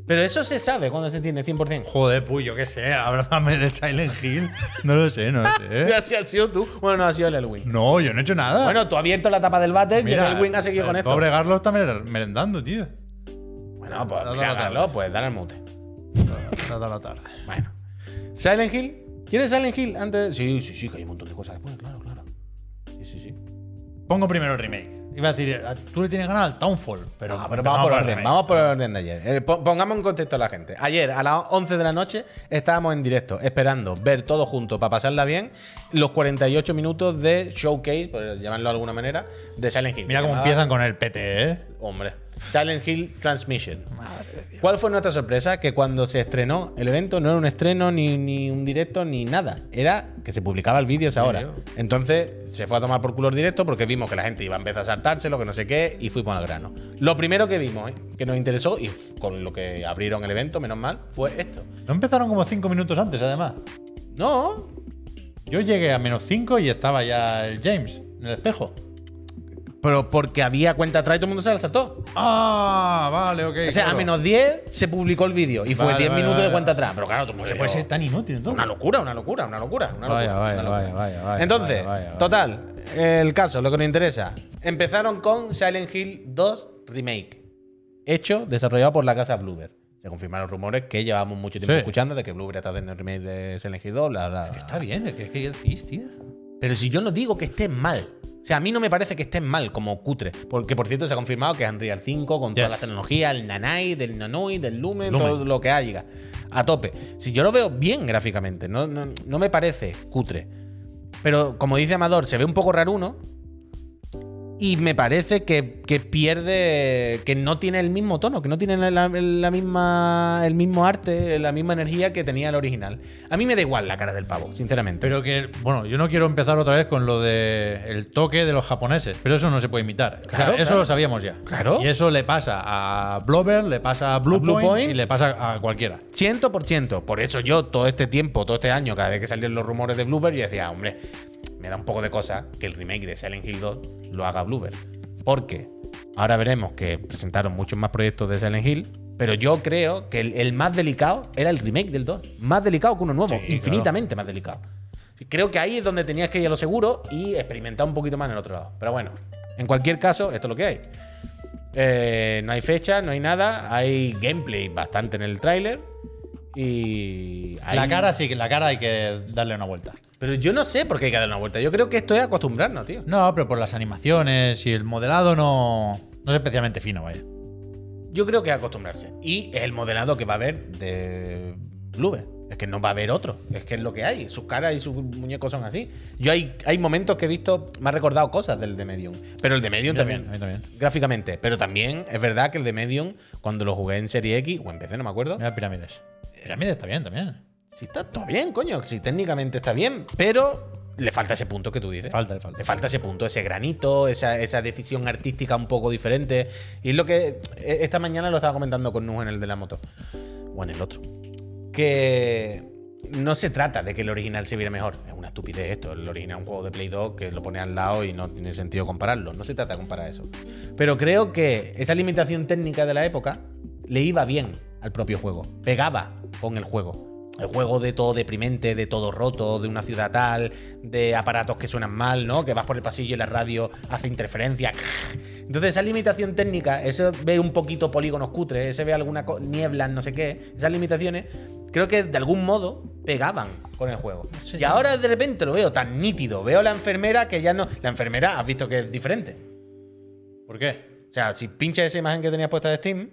Pero eso se sabe cuando se tiene 100%.
Joder, pues yo qué sé, háblame del Silent Hill. No lo sé, no lo sé.
Así ha sido tú. Bueno, no ha sido el Elwin.
No, yo no he hecho nada.
Bueno, tú has abierto la tapa del váter y
Mira,
el Elwin ha seguido
el
con esto.
Pobre Garlo está mer- merendando, tío.
Bueno, pues
No, no,
mira,
no, no.
Carlos, pues dale al mute.
Está toda la tarde.
Bueno. Silent Hill. ¿Quieres Silent Hill antes? Sí, sí, sí, que hay un montón de cosas después, claro, claro. Sí, sí, sí.
Pongo primero el remake. Iba a decir, tú le tienes ganas al Townfall, pero.
Ah, pero
empezamos
vamos por
el
orden,
remake.
vamos por el orden de ayer. Eh, po- pongamos en contexto a la gente. Ayer a las 11 de la noche estábamos en directo esperando ver todo junto para pasarla bien los 48 minutos de showcase, por llamarlo de alguna manera, de Silent Hill.
Mira cómo
Llamaba-
empiezan con el PT, ¿eh?
Hombre. Silent Hill Transmission. ¿Cuál fue nuestra sorpresa? Que cuando se estrenó el evento no era un estreno, ni, ni un directo, ni nada. Era que se publicaba el vídeo a esa hora. Entonces se fue a tomar por culo el directo porque vimos que la gente iba a empezar a saltarse, lo que no sé qué, y fuimos al grano. Lo primero que vimos, ¿eh? que nos interesó, y f- con lo que abrieron el evento, menos mal, fue esto.
No empezaron como cinco minutos antes, además.
No,
Yo llegué a menos 5 y estaba ya el James en el espejo.
pero porque había cuenta atrás y todo el mundo se la saltó.
Ah, vale, ok.
O sea, a menos 10 se publicó el vídeo y fue
Vale,
10
vale,
minutos de
vale. pues
cuenta atrás. Pero claro, todo el mundo
Se
se
puede
quedó-
ser tan inútil, entonces.
Una locura, una locura, una locura. Una
Vaya,
locura,
vaya,
una locura.
vaya, vaya, vaya,
Entonces,
vaya, vaya, vaya.
total, el caso, lo que nos interesa. Empezaron con Silent Hill 2 Remake, hecho, desarrollado por la casa Bluebird. Se confirmaron rumores que llevábamos mucho tiempo
Sí.
escuchando de que Bluebird está haciendo un remake de Silent Hill 2. bla, bla, bla.
Está bien, es que, es que decís, tío.
Pero si yo no digo que estén mal. O sea, a mí no me parece que estén mal como cutre. Porque, por cierto, se ha confirmado que es Unreal 5 con todas
Yes.
las tecnologías, el Nanai, del Nanui, del Lumen,
Lumen.
todo lo que haya. A tope. Si yo lo veo bien gráficamente, no, no, no me parece cutre. Pero, como dice Amador, se ve un poco raro uno. Y me parece que, que pierde. que no tiene el mismo tono, que no tiene la, la- la misma, el mismo arte, la misma energía que tenía el original. A mí me da igual la cara del pavo, sinceramente.
Pero que, bueno, yo no quiero empezar otra vez con lo de el toque de los japoneses, pero eso no se puede imitar. O sea,
Claro,
eso
claro.
lo sabíamos ya.
Claro.
Y eso le pasa a Blover, le pasa a Blue,
A Blue
Point,
Point.
y le pasa a cualquiera.
100%. Por eso yo todo este tiempo, todo este año, cada vez que salían los rumores de Bloober, yo decía, hombre, me da un poco de cosa que el remake de Silent Hill 2 lo haga Bloober. Porque ahora veremos que presentaron muchos más proyectos de Silent Hill, pero yo creo que el, el más delicado era el remake del 2. Más delicado que uno nuevo,
Sí,
infinitamente más delicado. Creo que ahí es donde tenías que ir a lo seguro y experimentar un poquito más en el otro lado. Pero bueno, en cualquier caso, esto es lo que hay. Eh, no hay fecha, no hay nada. Hay gameplay bastante en el tráiler. Y. hay-
La cara sí, que la cara hay que darle una vuelta.
Pero yo no sé por qué hay que darle una vuelta. Yo creo que esto es acostumbrarnos, tío.
No, pero por las animaciones y el modelado no, no es especialmente fino, vaya.
Yo creo que es acostumbrarse. Y es el modelado que va a haber de Bloober. Es que no va a haber otro. Es que es lo que hay. Sus caras y sus muñecos son así. Yo hay, hay momentos que he visto, me ha recordado cosas del de Medium. Pero el de Medium
Yo
también.
A mí también.
Gráficamente. Pero también es verdad que el de Medium, cuando lo jugué en Serie X, o en PC, no me acuerdo.
Mira pirámides. Pirámides está bien también.
Si está todo bien, coño. Si técnicamente está bien, pero le falta ese punto que tú dices.
Le falta, le falta.
Le falta ese punto, ese granito, esa, esa decisión artística un poco diferente. Y es lo que e- esta mañana lo estaba comentando con Nus en el de la moto. O en el otro. Que no se trata de que el original se viera mejor. Es una estupidez esto. El original es un juego de Play 2 que lo pone al lado y no tiene sentido compararlo. No se trata de comparar eso. Pero creo que esa limitación técnica de la época le iba bien al propio juego. Pegaba con el juego. El juego de todo deprimente, de todo roto, de una ciudad tal, de aparatos que suenan mal, ¿no? Que vas por el pasillo y la radio hace interferencia. Entonces, esa limitación técnica, ese ver un poquito polígonos cutres, ese ver alguna co- niebla, no sé qué, esas limitaciones, creo que de algún modo pegaban con el juego.
Sí.
Y ahora de repente lo veo tan nítido. Veo la enfermera que ya no. La enfermera has visto que es diferente.
¿Por qué?
O sea, si pinchas esa imagen que tenías puesta de Steam.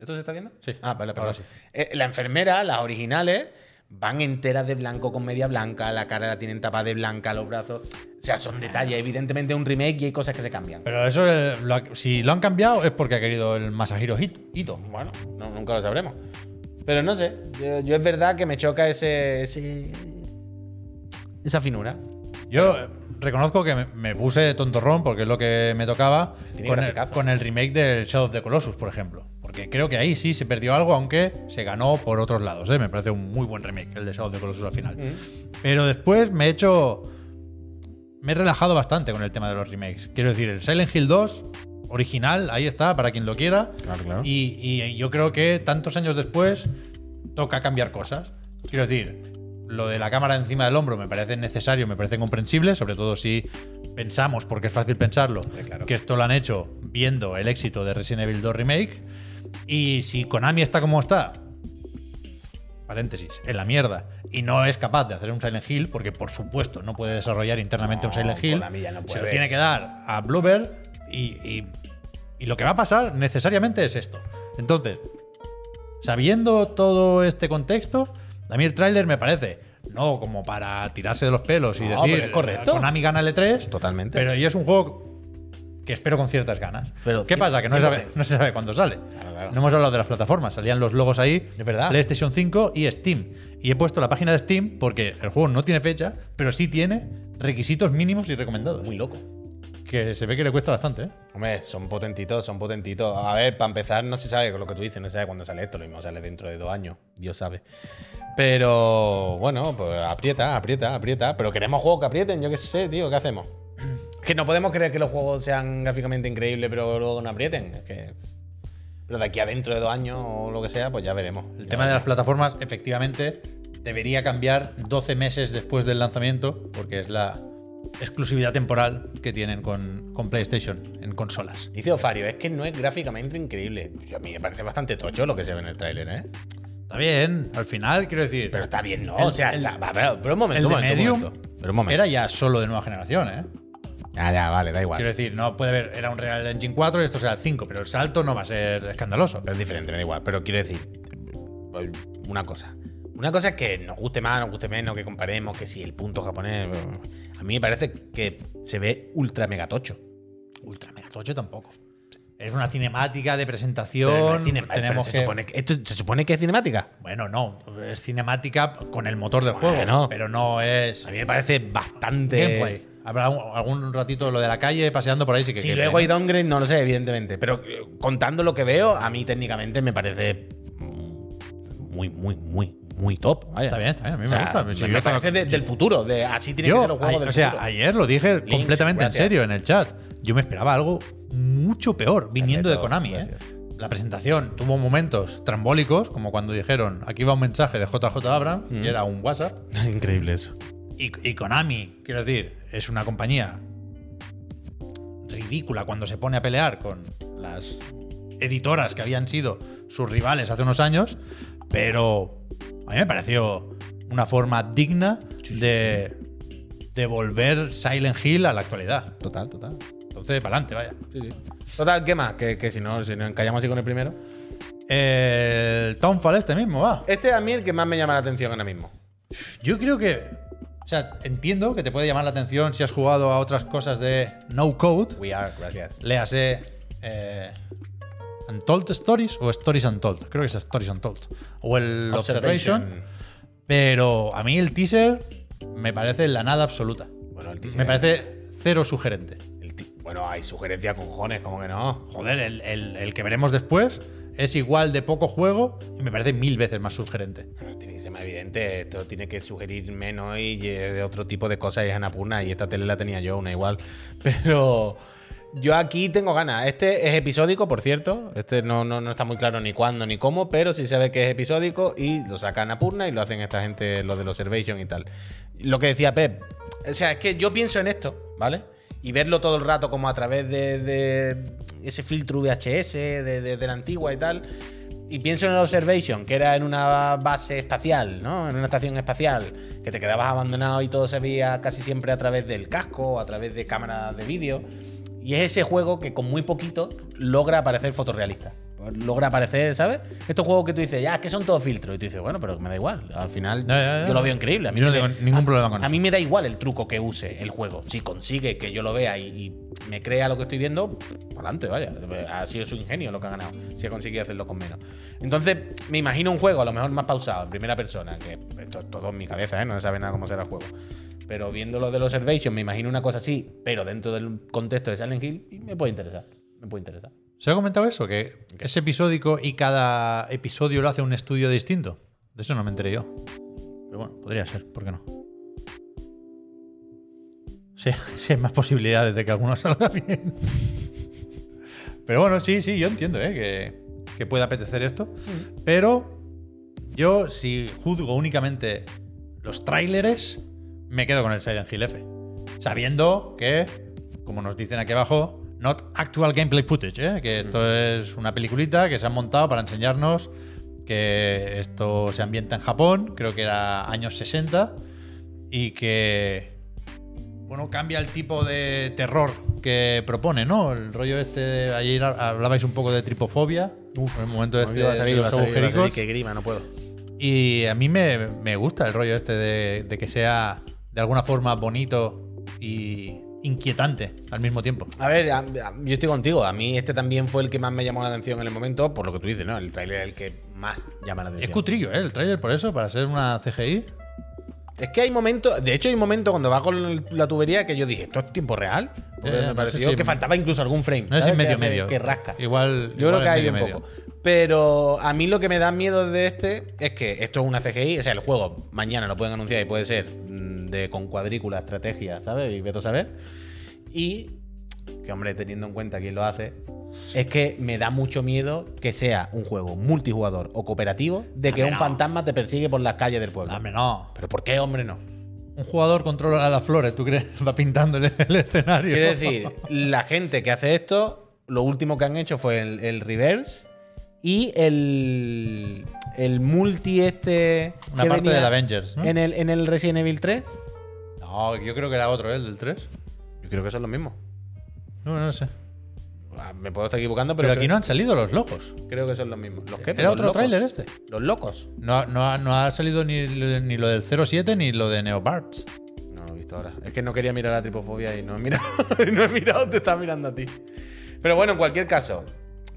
¿Esto se está viendo?
Sí.
Ah, vale, perdón.
Ahora sí.
Eh, la enfermera, las originales, van enteras de blanco con media blanca, la cara la tienen tapada de blanca, los brazos. O sea, son detalles. Evidentemente es un remake y hay cosas que se cambian.
Pero eso, eh, lo ha- si lo han cambiado es porque ha querido el Masahiro Hit- Ito.
Bueno, no- nunca lo sabremos. Pero no sé, yo, yo es verdad que me choca ese, ese- esa finura.
Yo eh, reconozco que me, me puse tontorrón porque es lo que me tocaba
Tiene
con el,
graficazos.
con el remake del Shadow of the Colossus, por ejemplo. Porque creo que ahí sí se perdió algo, aunque se ganó por otros lados. ¿eh? Me parece un muy buen remake el de Shadow of the Colossus al final. Pero después me he hecho. Me he relajado bastante con el tema de los remakes. Quiero decir, el Silent Hill 2 original, ahí está, para quien lo quiera.
Claro, claro.
Y, y yo creo que tantos años después toca cambiar cosas. Quiero decir, lo de la cámara encima del hombro me parece necesario, me parece comprensible, sobre todo si pensamos, porque es fácil pensarlo,
claro.
que esto lo han hecho viendo el éxito de Resident Evil 2 Remake. Y si Konami está como está, paréntesis, en la mierda, y no es capaz de hacer un Silent Hill, porque por supuesto no puede desarrollar internamente
No,
un Silent Hill,
Konami ya no
se lo
puede.
tiene que dar a Bluebird y, y- y lo que va a pasar necesariamente es esto. Entonces, sabiendo todo este contexto, a mí el tráiler me parece, no como para tirarse de los pelos y
No,
decir,
pero es correcto.
Konami gana L3,
Totalmente.
pero y es un juego que espero con ciertas ganas.
Pero
¿Qué
cien-
pasa? Que no se,
cien por
sabe,
cien.
no se sabe cuándo sale.
Claro, claro.
No hemos hablado de las plataformas, salían los logos ahí.
Es verdad.
PlayStation 5 y Steam. Y he puesto la página de Steam porque el juego no tiene fecha, pero sí tiene requisitos mínimos y recomendados.
Muy loco.
Que se ve que le cuesta bastante, ¿eh?
Hombre, son potentitos, son potentitos. A ver, para empezar, no se sabe con lo que tú dices, no se sabe cuándo sale esto, lo mismo sale dentro de dos años, Dios sabe. Pero bueno, pues aprieta, aprieta, aprieta. Pero queremos juegos que aprieten, yo qué sé, tío, ¿qué hacemos? Es que no podemos creer que los juegos sean gráficamente increíbles, pero luego no aprieten. Es que. Pero de aquí a dentro de dos años o lo que sea, pues ya veremos.
El
Ya
tema de las
veremos.
plataformas, efectivamente, debería cambiar 12 meses después del lanzamiento, porque es la exclusividad temporal que tienen con, con PlayStation en consolas.
Dice Ofario, es que no es gráficamente increíble. Yo- A mí me parece bastante tocho lo que se ve en el tráiler, ¿eh?
Está bien, al final, quiero decir.
Pero está bien, ¿no?
El-
o sea,
el-
está- va, pero, pero un momento,
el
un
de
momento, un
Medium
momento. Pero un momento.
Era ya solo de nueva generación, ¿eh?
Ah, ya, vale, da igual.
Quiero decir, no puede haber, era un Real Engine 4 y esto será el 5, pero el salto no va a ser escandaloso.
Pero es diferente, me da igual. Pero quiero decir, pues, una cosa. Una cosa es que nos guste más, nos guste menos, que comparemos, que si el punto japonés. A mí me parece que se ve ultra megatocho.
Ultra Mega Tocho tampoco. Es una cinemática de
Pero no
presentación.
es cine- pero
tenemos
se,
que-
supone que, esto, se supone que es cinemática.
Bueno, no, es cinemática con el motor del
Bueno.
juego, pero no es
A mí me parece bastante.
gameplay. Habrá un- algún ratito lo de la calle paseando por ahí sí que
Si
que-
luego hay downgrade, no lo sé, evidentemente. Pero eh, contando lo que veo, a mí técnicamente me parece mm, muy, muy, muy, muy top. Vaya.
Está bien, está bien, a mí me
O sea,
gusta. Si
me,
yo
me
estaba-
parece de- del futuro. De, así tienen que
Yo,
ser los juegos
a-
del
o sea,
futuro.
ayer lo dije completamente
gracias.
en serio en el chat. Yo me esperaba algo mucho peor viniendo de
Perfecto,
Konami. ¿eh?
gracias.
La presentación tuvo momentos trambólicos, como cuando dijeron, aquí va un mensaje de JJ Abrams,
Mm.
y era un WhatsApp.
Increíble eso.
Y, y Konami, quiero decir, es una compañía ridícula cuando se pone a pelear con las editoras que habían sido sus rivales hace unos años, pero a mí me pareció una forma digna de, de volver Silent Hill a la actualidad.
Total, total.
Entonces, para adelante, vaya.
Total, ¿qué más? Que, que si no, si nos encallamos así con el primero.
El Townfall este mismo, va.
Este es a mí el que más me llama la atención ahora mismo.
Yo creo que. O sea, entiendo que te puede llamar la atención si has jugado a otras cosas de no code,
We are, gracias.
Léase eh, Untold Stories o Stories Untold. Creo que es Stories Untold. O el Observation. Pero a mí el teaser me parece la nada absoluta.
Bueno, el teaser.
Me parece cero sugerente.
el ti- bueno, hay sugerencias con cojones, como que no.
Joder, el, el- el que veremos después es igual de poco juego y me parece mil veces más sugerente.
Pero tiene que ser más evidente. Esto tiene que sugerir menos y eh, de otro tipo de cosas. Y es Anapurna. Y esta tele la tenía yo, una igual. Pero. Yo aquí tengo ganas. Este es episódico, por cierto. Este no, no, no está muy claro ni cuándo ni cómo, pero sí se ve que es episódico y lo sacan a Purna y lo hacen esta gente, lo del Observation y tal. Lo que decía Pep. O sea, es que yo pienso en esto, ¿vale? Y verlo todo el rato como a través de, de ese filtro VHS, de, de- de la antigua y tal. Y pienso en el Observation, que era en una base espacial, ¿no? En una estación espacial, que te quedabas abandonado y todo se veía casi siempre a través del casco, a través de cámaras de vídeo. Y es ese juego que con muy poquito logra parecer fotorrealista. Pues logra aparecer, ¿sabes? Estos juegos que tú dices, ya, es que son todos filtros. Y tú dices, bueno, pero me da igual. Al final,
Ya, ya, ya.
yo lo veo increíble. A mí
Yo no
me-
tengo ningún
a-
problema con
A
eso.
mí me da igual el truco que use el juego. Si consigue que yo lo vea y, y me crea lo que estoy viendo, adelante, vaya. Ha sido su ingenio lo que ha ganado. Si ha conseguido hacerlo con menos. Entonces, me imagino un juego, a lo mejor más pausado, en primera persona, que esto es todo en mi cabeza, ¿eh? no se sabe nada cómo será el juego. Pero viendo lo de los Observation, me imagino una cosa así, pero dentro del contexto de Silent Hill, y me puede interesar. Me puede interesar.
¿Se ha comentado eso? Que es episódico y cada episodio lo hace un estudio distinto. De eso no me enteré yo. Pero bueno, podría ser, ¿por qué no? Sí, sí hay más posibilidades de que alguno salga bien. Pero bueno, sí, sí, yo entiendo ¿eh? que, que puede apetecer esto. Pero yo, si juzgo únicamente los tráileres, me quedo con el Silent Hill F. Sabiendo que, como nos dicen aquí abajo, not actual gameplay footage, ¿eh? que esto es una peliculita que se han montado para enseñarnos que esto se ambienta en Japón, creo que era años 60, y que bueno, cambia el tipo de terror que propone, ¿no? El rollo este, de- ayer hablabais un poco de tripofobia, en el momento este
va a
de
salir,
los
va a salir, va a salir,
agujericos.
que grima, no puedo.
Y a mí me, me gusta el rollo este de, de que sea de alguna forma bonito y inquietante al mismo tiempo.
A ver, a- a- yo estoy contigo. A mí este también fue el que más me llamó la atención en el momento, por lo que tú dices, ¿no? El tráiler es el que más llama la atención.
Es cutrillo, ¿eh? El trailer, por eso, para ser una CGI.
Es que hay momentos, de hecho hay momentos cuando va con el- la tubería que yo dije, ¿esto es tiempo real?
Ya, ya,
Porque me
Eh, no
pareció
sé si-
que faltaba incluso algún frame.
No es
¿sabes?
en medio
que,
medio.
Que rasca.
Igual.
Yo creo
igual
que
es
hay
medio
un
medio.
poco. Pero a mí lo que me da miedo de este es que esto es una CGI. O sea, el juego mañana lo pueden anunciar y puede ser mm, de con cuadrícula, estrategia, ¿sabes? Y veto saber. Y que, hombre, teniendo en cuenta quién lo hace, es que me da mucho miedo que sea un juego multijugador o cooperativo de que
Hombre,
un
no.
fantasma te persigue por las calles del pueblo.
Dame, no.
Pero ¿por qué, hombre, no?
Un jugador controla las flores, ¿tú crees? Va pintando el, el escenario.
Quiero decir, la gente que hace esto, lo último que han hecho fue el, el reverse y el, el multi este...
Una
que
parte
venía
del Avengers, ¿no?
En el, en el Resident Evil 3.
No, yo creo que era otro, ¿eh? El del 3.
Yo creo que son los mismos.
No, no sé.
Ah, Me puedo estar equivocando,
Pero,
pero,
aquí no
creo,
han salido los locos.
creo que son los mismos. ¿Los qué?
¿Era
Los
otro
locos.
tráiler este?
Los locos.
No, ha- no ha- no ha salido ni, lo- ni lo del 07 ni lo de Neobarts.
No lo he visto ahora. Es que no quería mirar la tripofobia y no he mirado. y no he mirado, te estaba mirando a ti. Pero bueno, en cualquier caso,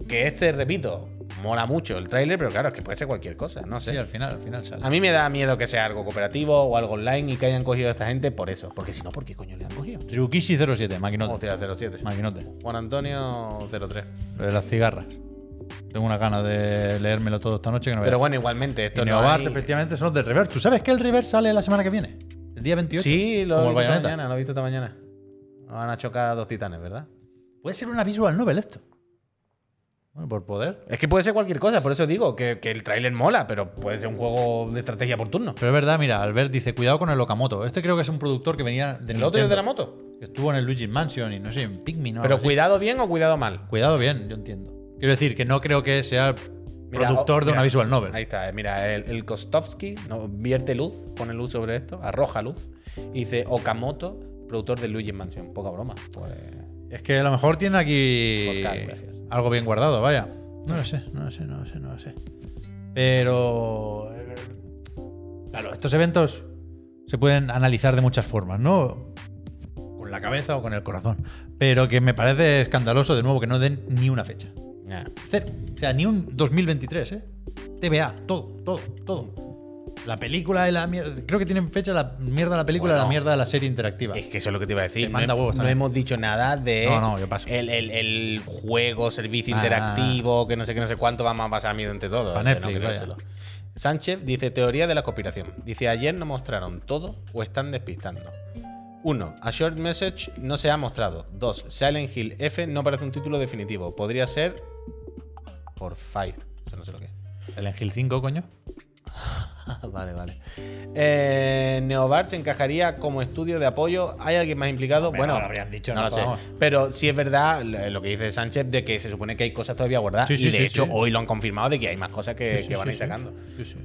que este, repito, mola mucho el tráiler, pero claro, es que puede ser cualquier cosa, no sé.
Sí, al final, al final sale.
A mí me da miedo que sea algo cooperativo o algo online y que hayan cogido a esta gente por eso. Porque si no, ¿por qué coño le han cogido?
Ryukishi 07, maquinote.
Hostia, 07.
Maquinote.
Juan Antonio 03.
Lo de las cigarras. Tengo una ganas de leérmelo todo esta noche que no
Pero
veas.
bueno, igualmente, esto
Y
no
Neobarts,
hay-
efectivamente, son los del Reverse. ¿Tú sabes que el Reverse sale la semana que viene? El día 28.
Sí,
Como el
lo he visto esta
Bayonetta.
mañana, lo he visto esta mañana. Van a chocar dos titanes, ¿verdad?
Puede ser una visual novel esto. Bueno, por poder.
Es que puede ser cualquier cosa, por eso digo que, que el tráiler mola, pero puede ser un juego de estrategia por turno.
Pero es verdad, mira, Albert dice, cuidado con el Okamoto. Este creo que es un productor que venía de
El otro es
Nintendo,
de la moto.
que Estuvo en el Luigi's Mansion y no sé, en Pikmin o
Pero
algo así.
cuidado bien o cuidado mal.
Cuidado bien, yo entiendo. Quiero decir que no creo que sea
Mira,
productor
oh,
de
mira,
una visual novel.
Ahí está, eh, mira, el, el Kostovsky no, vierte luz, pone luz sobre esto, arroja luz, y dice Okamoto, productor de Luigi Mansion. Poca broma. Pues,
Es que a lo mejor tienen aquí
Oscar, gracias.
algo bien guardado, vaya. No lo sé, no lo sé, no lo sé, no lo sé. Pero. eh, Claro, estos eventos se pueden analizar de muchas formas, ¿no? Con la cabeza o con el corazón. Pero que me parece escandaloso, de nuevo, que no den ni una fecha.
nah.
Cero. O sea, ni un 2023, ¿eh? TVA, todo, todo, todo. La película y la mierda. Creo que tienen fecha la mierda de la película y la
Bueno.
mierda de la serie interactiva.
Es que eso es lo que te iba a decir.
Te
No,
manda
he-
huevos
no
también.
hemos dicho nada de
No, no, yo paso.
El, el- el juego, servicio
Ah.
interactivo, que no sé qué, no sé cuánto vamos a pasar miedo entre todos.
Pa'
de no
Netflix,
creérselo. Sánchez dice teoría de la conspiración. Dice, ayer no mostraron todo o están despistando. Uno, A Short Message no se ha mostrado. Dos, Silent Hill F no parece un título definitivo. Podría ser por Fire. Eso no sé lo que es.
El Angel 5, coño.
vale, vale. Eh, Neobar se encajaría como estudio de apoyo. ¿Hay alguien más implicado?
Hombre,
bueno,
no lo habrían dicho,
no
¿no?
lo sé.
Vamos.
Pero sí es verdad lo lo que dice Sánchez de que se supone que hay cosas todavía guardadas.
Sí, sí,
y de
sí,
hecho,
sí.
hoy lo han confirmado de que hay más cosas que, que van a ir sacando.
Sí, sí.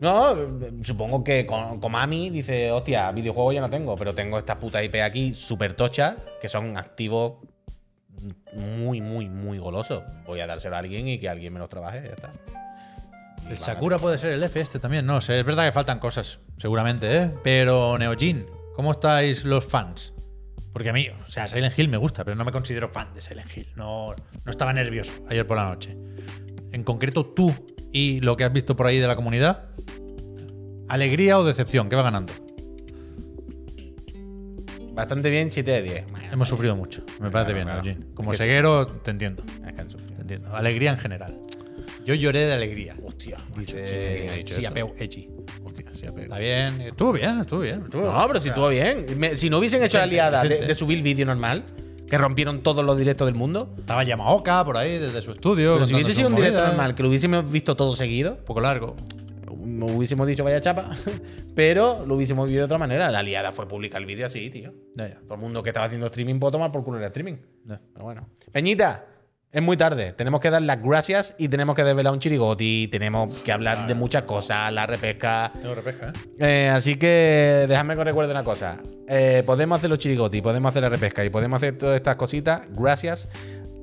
No, eh, supongo que Ko- Konami dice, hostia, videojuegos ya no tengo, pero tengo estas putas IP aquí súper tochas que son activos muy, muy, muy goloso. Voy a dárselo a alguien y que alguien me los trabaje, ya está. Y van
El
a-
Sakura puede ser el F este también, no sé. Es verdad que faltan cosas, seguramente, ¿eh? Pero Neojin, ¿cómo estáis los fans? Porque a mí, o sea, Silent Hill me gusta, pero no me considero fan de Silent Hill. No, no estaba nervioso ayer por la noche. En concreto, tú y lo que has visto por ahí de la comunidad, ¿alegría o decepción? ¿Qué va ganando?
Bastante bien, 7 de 10.
Hemos sufrido mucho, me parece bien,
claro.
Neojin. Como
Es que sí.
ceguero, te entiendo,
Es que han sufrido.
te entiendo. Alegría en general. Yo lloré de alegría.
Hostia,
Dice Siapeu Echi.
Hostia, sí,
Está bien, estuvo bien, estuvo bien. estuvo-
No, pero si estuvo bien. Me- si no hubiesen hecho la
Decente,
liada de,
decente.
de subir vídeo normal, que rompieron todos los directos del mundo.
Estaba Yamaoka por ahí desde su estudio.
Pero si
contando
hubiese
sus
sido un directo
movidas.
normal, que lo hubiésemos visto todo seguido,
Un poco largo.
hubiésemos dicho vaya chapa, pero lo hubiésemos vivido de otra manera. La liada fue publicar el vídeo así, tío.
Ya, ya.
Todo el mundo que estaba haciendo streaming puede tomar por culo el streaming.
ya.
Pero bueno. Peñita, es muy tarde. Tenemos que dar las gracias y tenemos que desvelar un chirigoti. Tenemos que hablar de muchas cosas, la repesca.
Tengo repesca, ¿eh?
Eh, así que déjame que os recuerde una cosa. Eh, podemos hacer los chirigotis, podemos hacer la repesca y podemos hacer todas estas cositas gracias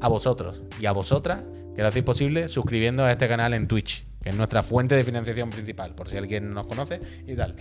a vosotros y a vosotras que lo hacéis posible suscribiendo a este canal en Twitch, que es nuestra fuente de financiación principal, por si alguien nos conoce y tal.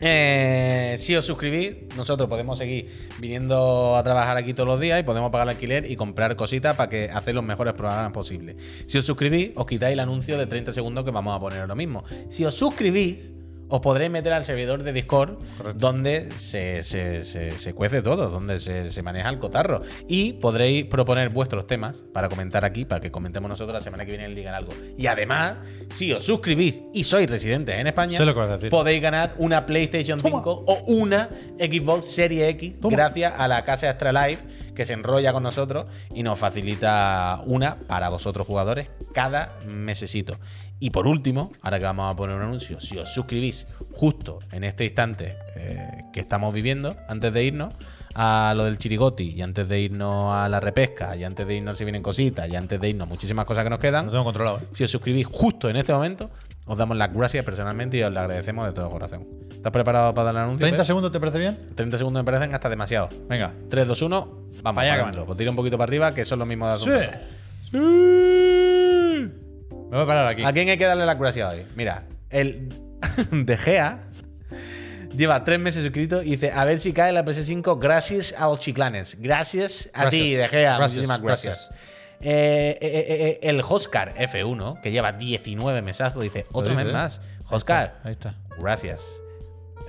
Eh, si os suscribís, nosotros podemos seguir viniendo a trabajar aquí todos los días y podemos pagar el alquiler y comprar cositas para que hacer los mejores programas posibles. Si os suscribís, os quitáis el anuncio de 30 segundos que vamos a poner ahora mismo. Si os suscribís, os podréis meter al servidor de Discord, donde se, se- se- se cuece todo, donde se, se maneja el cotarro. Y podréis proponer vuestros temas para comentar aquí, para que comentemos nosotros la semana que viene y digan algo. Y además, si os suscribís y sois residentes en España,
Sé lo que vas a decir.
podéis ganar una PlayStation
Toma.
5 o una Xbox Series X
Toma.
gracias a la casa Astralife que se enrolla con nosotros y nos facilita una para vosotros jugadores cada mesecito. Y por último, ahora que vamos a poner un anuncio, si os suscribís justo en este instante eh, que estamos viviendo, antes de irnos a lo del chirigoti y antes de irnos a la repesca y antes de irnos si vienen cositas y antes de irnos muchísimas cosas que nos quedan,
Lo tengo controlado, ¿eh?
si os suscribís justo en este momento, os damos las gracias personalmente y os lo agradecemos de todo corazón. ¿Estás preparado para dar el anuncio?
30
Pep?
segundos, ¿te parece bien?
30 segundos me parecen hasta demasiado.
Venga.
3, 2, 1. Vamos, para
allá,
adentro.
cabrón.
Pues tira un poquito para arriba, que son los mismos de hace un rato.
Me voy a parar aquí.
¿A quién hay que darle las gracias hoy? Mira, el de Gea lleva tres meses suscrito y dice: A ver si cae la PS5, gracias a los chiclanes. Gracias a
Gracias.
ti, de Gea.
Gracias,
Muchísimas gracias. Eh, eh, eh, eh, el Oscar F1, que lleva 19 mesazos, dice: Otro
dice,
mes
eh?
más. Oscar,
Ahí está.
Gracias.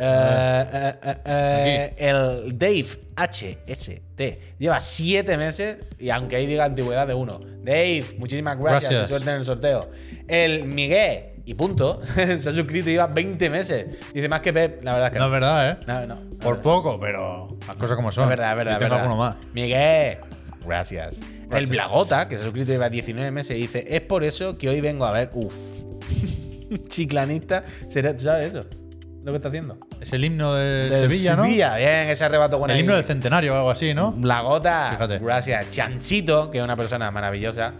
Eh, eh, eh, eh, el Dave HST lleva siete meses y aunque ahí diga antigüedad de uno. Dave, muchísimas gracias.
Gracias.
y Suerte en el sorteo. El Miguel y punto se ha suscrito y lleva 20 meses. Dice más que Pep, la verdad es que
No es
no.
verdad, ¿eh?
No, no, no,
Por
no.
poco, pero las cosas como son.
Es verdad, es verdad.
Yo
es
tengo
verdad.
alguno más.
Miguel, gracias. El
Gracias.
Blagota, que se ha suscrito lleva 19 meses, y dice: Es por eso que hoy vengo a ver. Uf. Chiclanista. ¿Será, ¿tú ¿Sabes eso? Lo que está haciendo.
Es el himno de
Del
Sevilla, ¿no?
Sevilla, bien, ese arrebato bueno.
El himno
ahí. Mm.
del centenario o algo así, ¿no?
Blagota,
Fíjate.
gracias. Chancito, que es una persona maravillosa.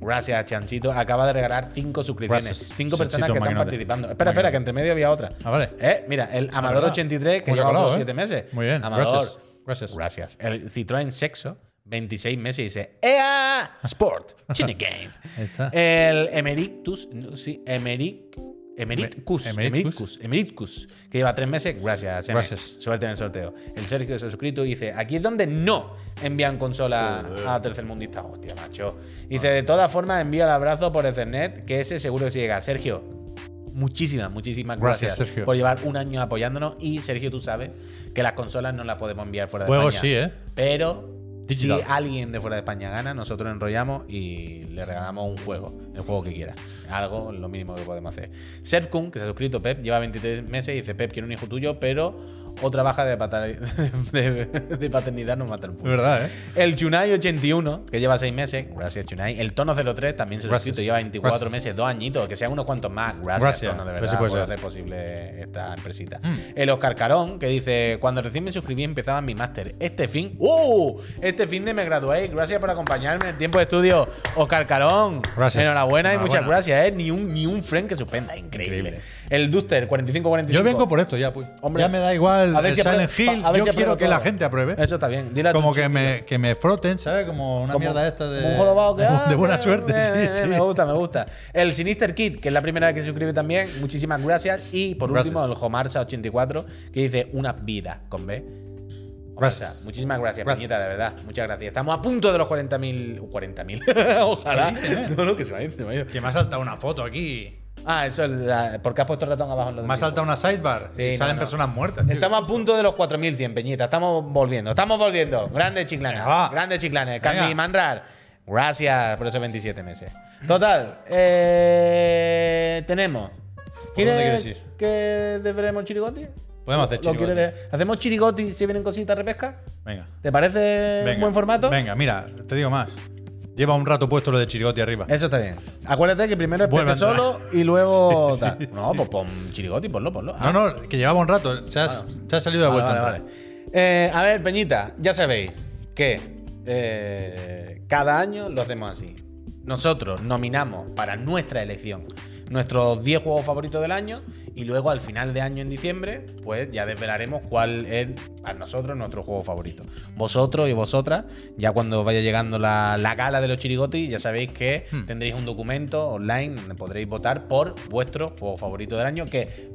Gracias, Chanchito. Acaba de regalar cinco suscripciones.
Gracias,
Cinco personas
Chanchito
que están
Magnote.
participando. Espera, espera, que entre medio había otra.
Ah, vale. Ah,
Eh, mira, el Amador
verdad.
83, que
Muy
lleva
colado,
otros
eh.
siete meses.
Muy bien,
Amador.
gracias, gracias.
Gracias. El Citroën Sexo, 26 meses, dice ¡Ea! Sport, Chine Game.
Ahí está.
Eh, El Emeritus, no, sí, Emeric, Emeritus,
Emer-
Emeritus,
Emeritus.
Emeritus, que lleva tres meses. Gracias, Eme.
Gracias.
Suerte en el sorteo. El Sergio se ha suscrito y dice: aquí es donde no envían consola a tercermundistas. Hostia, macho. Dice: de todas formas, envío el abrazo por Ethernet, que ese seguro que sí llega. Sergio, muchísimas, muchísimas gracias,
Gracias, Sergio.
por llevar un año apoyándonos. Y Sergio, tú sabes que las consolas no las podemos enviar fuera de
Juegos
España.
sí, ¿eh?
Pero
Digital.
si alguien de fuera de España gana, nosotros enrollamos y le regalamos un juego, el juego que quiera. Algo, lo mínimo que podemos hacer. Serkun, que se ha suscrito, Pep, lleva 23 meses y dice, Pep, quiero un hijo tuyo, pero otra baja de, patal- de- de paternidad nos mata el
Es
puto.
verdad, ¿eh?
El Chunai81, que lleva 6 meses. Gracias, Chunai. El Tono 03 también se ha
Gracias.
suscrito, lleva 24
Gracias.
meses, dos añitos, que sean unos cuantos más. Gracias,
Gracias.
Tono, de
Pero
verdad,
sí puede
por
ser.
hacer posible esta empresita.
Mm.
El Oscar Carón, que dice: Cuando recién me suscribí empezaba mi máster. Este fin, ¡uh! Este fin de me gradué. Gracias por acompañarme en el tiempo de estudio. Oscar Carón,
Gracias.
enhorabuena y muchas
Enhorabuena.
gracias. ¿eh? Ni un, ni un friend que suspenda. Increíble.
Increíble.
El Duster, 4545.
Yo vengo por esto ya, pues.
Hombre.
Ya me da igual el,
A ver
el
si aprueba-
Silent Hill.
a ver
Yo
si aprueba
quiero que
todo.
la gente apruebe.
Eso está bien. Dile a tu
como que
chico.
me, que me froten, ¿sabes? Como una
Como-
mierda esta de.
como un jorobado que,
de,
ah,
de buena
eh,
suerte,
eh,
sí,
eh,
sí.
Me gusta, me gusta. El Sinister Kid, que es la primera vez que se suscribe también. Muchísimas gracias. Y por
Gracias.
último, el Jomarsa84, que dice una vida con B.
Gracias.
Jomarsa, muchísimas gracias,
Gracias.
Peñita, de verdad. Muchas gracias. Estamos a punto de los 40.000. 40.000. Ojalá.
eh?
No, no, que se me ha ido, se me ha ido.
Que me ha saltado una foto aquí.
Ah, eso es la- porque has puesto el ratón abajo. en lo del
Me ha saltado
tiempo.
una sidebar.
Sí,
y
no,
salen
no.
personas muertas. tío.
Estamos a punto de los 4.100, Peñita. Estamos volviendo. Estamos volviendo. Grande chiclanes.
Venga, va.
Grande chiclanes.
Venga.
Candy Manrar. Gracias por esos 27 meses. Total. eh, tenemos.
quieres ir?
que deberemos chirigoti?
Podemos hacer
¿Lo quieres
chirigoti.
de- ¿Hacemos chirigoti si vienen cositas repesca?
Venga.
¿Te parece
venga.
un buen formato?
Venga, mira, te digo más. Lleva un rato puesto lo de chirigoti arriba.
Eso está bien. Acuérdate que primero es
Vuelve
PC
a entrar.
solo y luego tal. No, pues pon chirigoti, ponlo, ponlo. Ah,
No, no, que llevaba un rato. Se ha se ha salido de
Vale,
vuelta.
vale,
entrar.
vale. Eh, a ver, Peñita, ya sabéis que eh, cada año lo hacemos así. Nosotros nominamos para nuestra elección nuestros 10 juegos favoritos del año y luego al final de año en diciembre, pues ya desvelaremos cuál es para nosotros nuestro juego favorito. Vosotros y vosotras, ya cuando vaya llegando la, la gala de los chirigotis, ya sabéis que
Hmm.
tendréis un documento online donde podréis votar por vuestro juego favorito del año que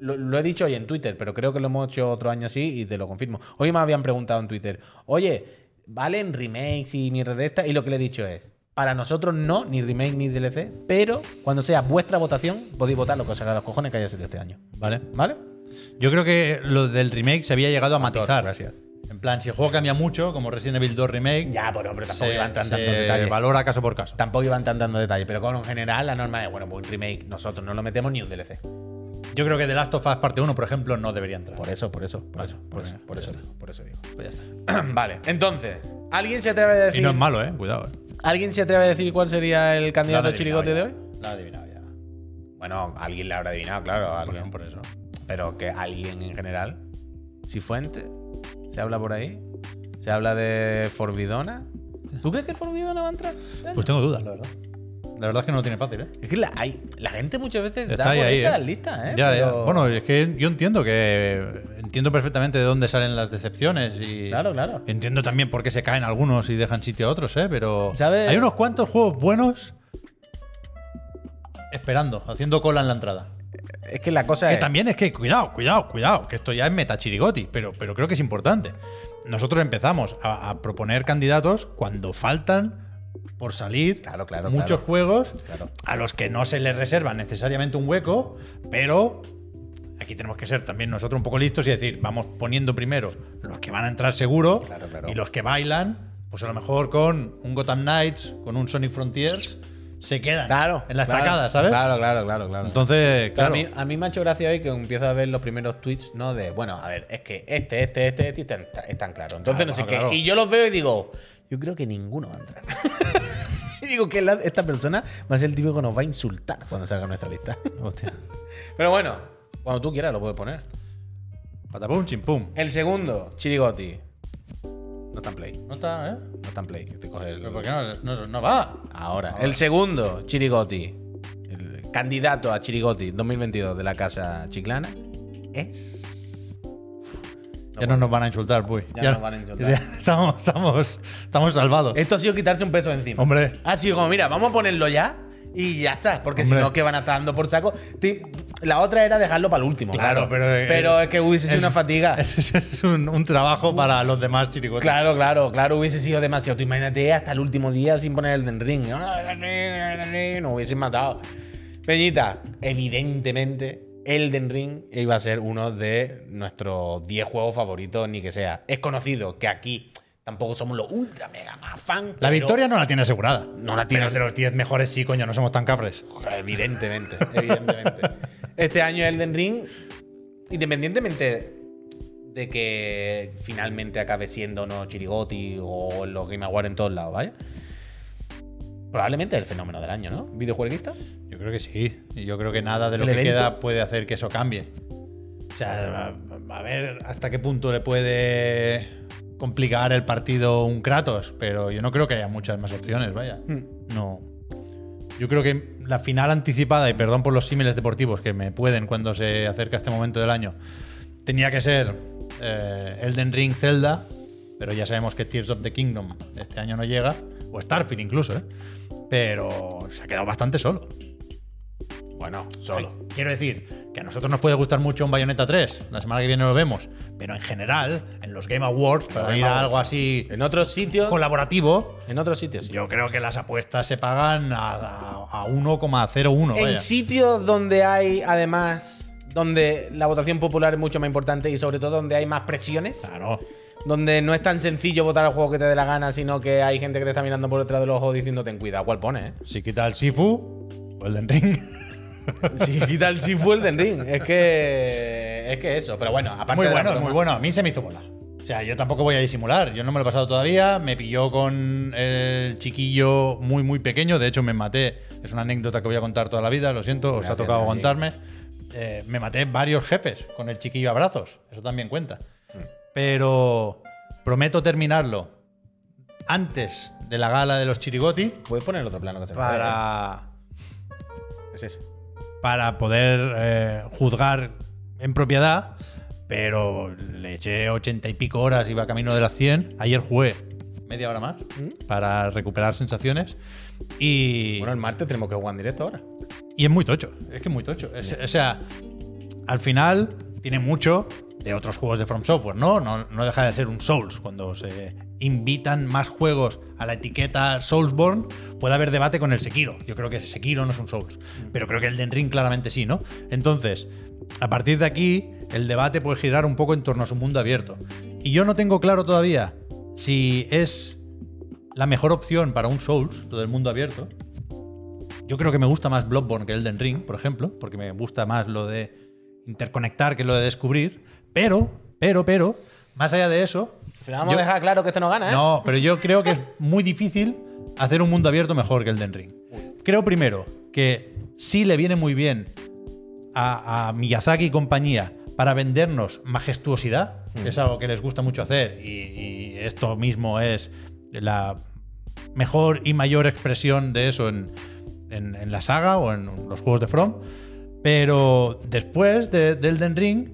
lo, lo he dicho hoy en Twitter, pero creo que lo hemos hecho otro año así y te lo confirmo. Hoy me habían preguntado en Twitter, oye, ¿valen remakes y mierda de esta? Y lo que le he dicho es, para nosotros no, ni remake ni DLC, pero cuando sea vuestra votación, podéis votar lo que os haga los cojones que haya sido este año.
Vale.
¿Vale?
Yo creo que lo del remake se había llegado a matizar.
gracias.
En plan, si el juego cambia mucho, como Resident Evil 2 Remake,
Ya, pero hombre, tampoco
se,
iban tan
se
tantos detalles.
valora caso por caso.
Tampoco iban tan dando detalles, pero como en general la norma es, bueno, pues un remake nosotros no lo metemos ni un DLC.
Yo creo que The Last of Us Parte 1, por ejemplo, no debería entrar.
Por eso, por eso, por
Vale,
eso, por
pues
eso,
venga,
por
ya
eso
está.
digo, por eso digo.
Pues ya está.
vale, entonces, ¿alguien se atreve a decir
Y no es malo, eh. Cuidado, eh.
¿Alguien se atreve a decir cuál sería el
Lo
candidato
ha adivinado
chirigote
ya.
de hoy?
Lo ha adivinado ya.
Bueno, alguien la habrá adivinado, claro.
Por,
alguien.
por eso.
Pero que alguien en general. Si Fuente, se habla por ahí. Se habla de Forbidona. ¿Tú crees que Forbidona va a entrar?
Pues tengo dudas, la verdad. La verdad es que no lo tiene fácil, eh.
Es que la, hay- la gente muchas veces
Está
da
ahí,
por
ahí,
hecha
eh.
las listas, ¿eh?
Ya, ya.
Pero-
Bueno, es que yo entiendo que. Entiendo perfectamente de dónde salen las decepciones y.
Claro, claro.
Entiendo también por qué se caen algunos y dejan sitio a otros, ¿eh? Pero
¿Sabes?
hay unos cuantos juegos buenos esperando, haciendo cola en la entrada.
Es que la cosa
Que
es.
también es que, cuidado, cuidado, cuidado, que esto ya es metachirigoti, pero, pero creo que es importante. Nosotros empezamos a, a proponer candidatos cuando faltan por salir
Claro, claro,
muchos
claro.
juegos
Claro.
a los que no se les reserva necesariamente un hueco, pero aquí tenemos que ser también nosotros un poco listos y decir, vamos poniendo primero los que van a entrar seguro
Claro, claro.
y los que bailan, pues a lo mejor con un Gotham Knights, con un Sonic Frontiers, se quedan
Claro.
en la
claro.
estacada, ¿sabes?
Claro, claro, claro, claro.
Entonces,
Pero
claro.
a, mí, a mí me ha hecho gracia hoy que empiezo a ver los primeros tweets, ¿no? De, bueno, a ver, es que este, este, este, este están, están claros. Entonces
Claro,
no sé
Ah, claro.
qué. Y yo los veo y digo, yo creo que ninguno va a entrar. y digo que la- esta persona va a ser el tipo que nos va a insultar cuando salga nuestra lista.
Hostia.
Pero bueno, cuando tú quieras lo puedes poner.
Patapum, chimpum.
El segundo, Chirigoti. No está en play.
No está, ¿eh?
No está en play. Te coges el-
Pero ¿por qué no, no, no va?
Ahora, el segundo, Chirigoti. El candidato a Chirigoti 2022 de la casa chiclana es.
Ya no nos van a insultar, pues.
Ya nos van a insultar.
estamos, estamos, estamos salvados.
Esto ha sido quitarse un peso de encima.
Hombre.
Ha sido Ah, como, mira, vamos a ponerlo ya y ya está. Porque
Hombre.
si no, que van a estar dando por saco. Ti- La otra era dejarlo para el último.
Claro, pero, eh,
es que hubiese sido una fatiga.
Es, es un, un trabajo para los demás chiricotes.
Claro, claro, claro, hubiese sido demasiado. Tú imagínate hasta el último día sin poner el Den Ring. Ah, Elden Ring, Elden Ring, Nos hubiesen matado. Peñita, evidentemente, Elden Ring iba a ser uno de nuestros 10 juegos favoritos, ni que sea. Es conocido que aquí tampoco somos los ultra mega más fan.
La
pero-
victoria no la tiene asegurada.
No la tiene.
Pero de los 10 mejores sí, coño, no somos tan cafres.
Evidentemente, evidentemente. Este año Elden Ring, independientemente de que finalmente acabe siendo no Chirigoti o en los Game Awards en todos lados, ¿vale? Probablemente es el fenómeno del año, ¿no? ¿Videojueguista?
Yo creo que sí. Y yo creo que nada de lo
¿El
que
evento?
queda puede hacer que eso cambie. O sea, a, a ver hasta qué punto le puede complicar el partido un Kratos, pero yo no creo que haya muchas más opciones, vaya. No. Yo creo que la final anticipada, y perdón por los símiles deportivos que me pueden cuando se acerca este momento del año, tenía que ser eh, Elden Ring Zelda, pero ya sabemos que Tears of the Kingdom este año no llega, o Starfield incluso, ¿eh? pero se ha quedado bastante solo.
Bueno, solo.
Ay, Quiero decir que a nosotros nos puede gustar mucho un Bayonetta 3, la semana que viene lo vemos, pero en general, en los Game Awards, para
Game
ir a
Awards.
algo así
En otros sitios.
colaborativo,
En otros sitios. sí.
yo creo que las apuestas se pagan a, a- a 1,01.
en
vaya.
sitios donde hay, además, donde la votación popular es mucho más importante y sobre todo donde hay más presiones.
Claro.
Donde no es tan sencillo votar al juego que te dé la gana, sino que hay gente que te está mirando por detrás del ojo diciendo ten cuidado cuál pones. ¿eh?".
Si quita el Sifu, o el Elden Ring.
Si quita el si fue el Elden Ring. Es que. Es que eso. Pero bueno, aparte.
Muy
de la
bueno,
broma-
muy bueno. A mí se me hizo bola. O sea, yo tampoco voy a disimular. Yo no me lo he pasado todavía. Me pilló con el chiquillo muy, muy pequeño. De hecho, me maté. Es una anécdota que voy a contar toda la vida. Lo siento, os ha
Gracias,
tocado
Dani.
aguantarme. Eh, me maté varios jefes con el chiquillo a brazos. Eso también cuenta.
Mm.
Pero prometo terminarlo antes de la gala de los chirigoti
Puedes poner otro plano que te lo vea,
para
¿eh? Es ese.
para poder eh, juzgar en propiedad, pero le eché ochenta y pico horas, iba camino de las 100. Ayer jugué media hora más para recuperar sensaciones y,
Bueno, el martes tenemos que jugar en directo ahora.
y es muy tocho, es que es muy tocho. Es- o sea, al final tiene mucho de otros juegos de From Software, ¿no? No, no deja de ser un Souls. Cuando se invitan más juegos a la etiqueta Soulsborne, puede haber debate con el Sekiro. Yo creo que Sekiro no es un Souls, pero creo que el Den Ring claramente sí, ¿no? Entonces, a partir de aquí, el debate puede girar un poco en torno a su mundo abierto. Y yo no tengo claro todavía si es la mejor opción para un Souls, todo el mundo abierto, yo creo que me gusta más Bloodborne que Elden Ring, por ejemplo, porque me gusta más lo de interconectar que lo de descubrir. Pero, pero, pero, más allá de eso.
Pero vamos
yo-
a dejar claro que este no gana, ¿eh?
No, pero yo creo que es muy difícil hacer un mundo abierto mejor que Elden Ring. Creo primero que sí le viene muy bien a, a Miyazaki y compañía para vendernos majestuosidad, que es algo que les gusta mucho hacer, y, y esto mismo es la mejor y mayor expresión de eso en, en- en la saga o en los juegos de From. Pero después de, de Elden Ring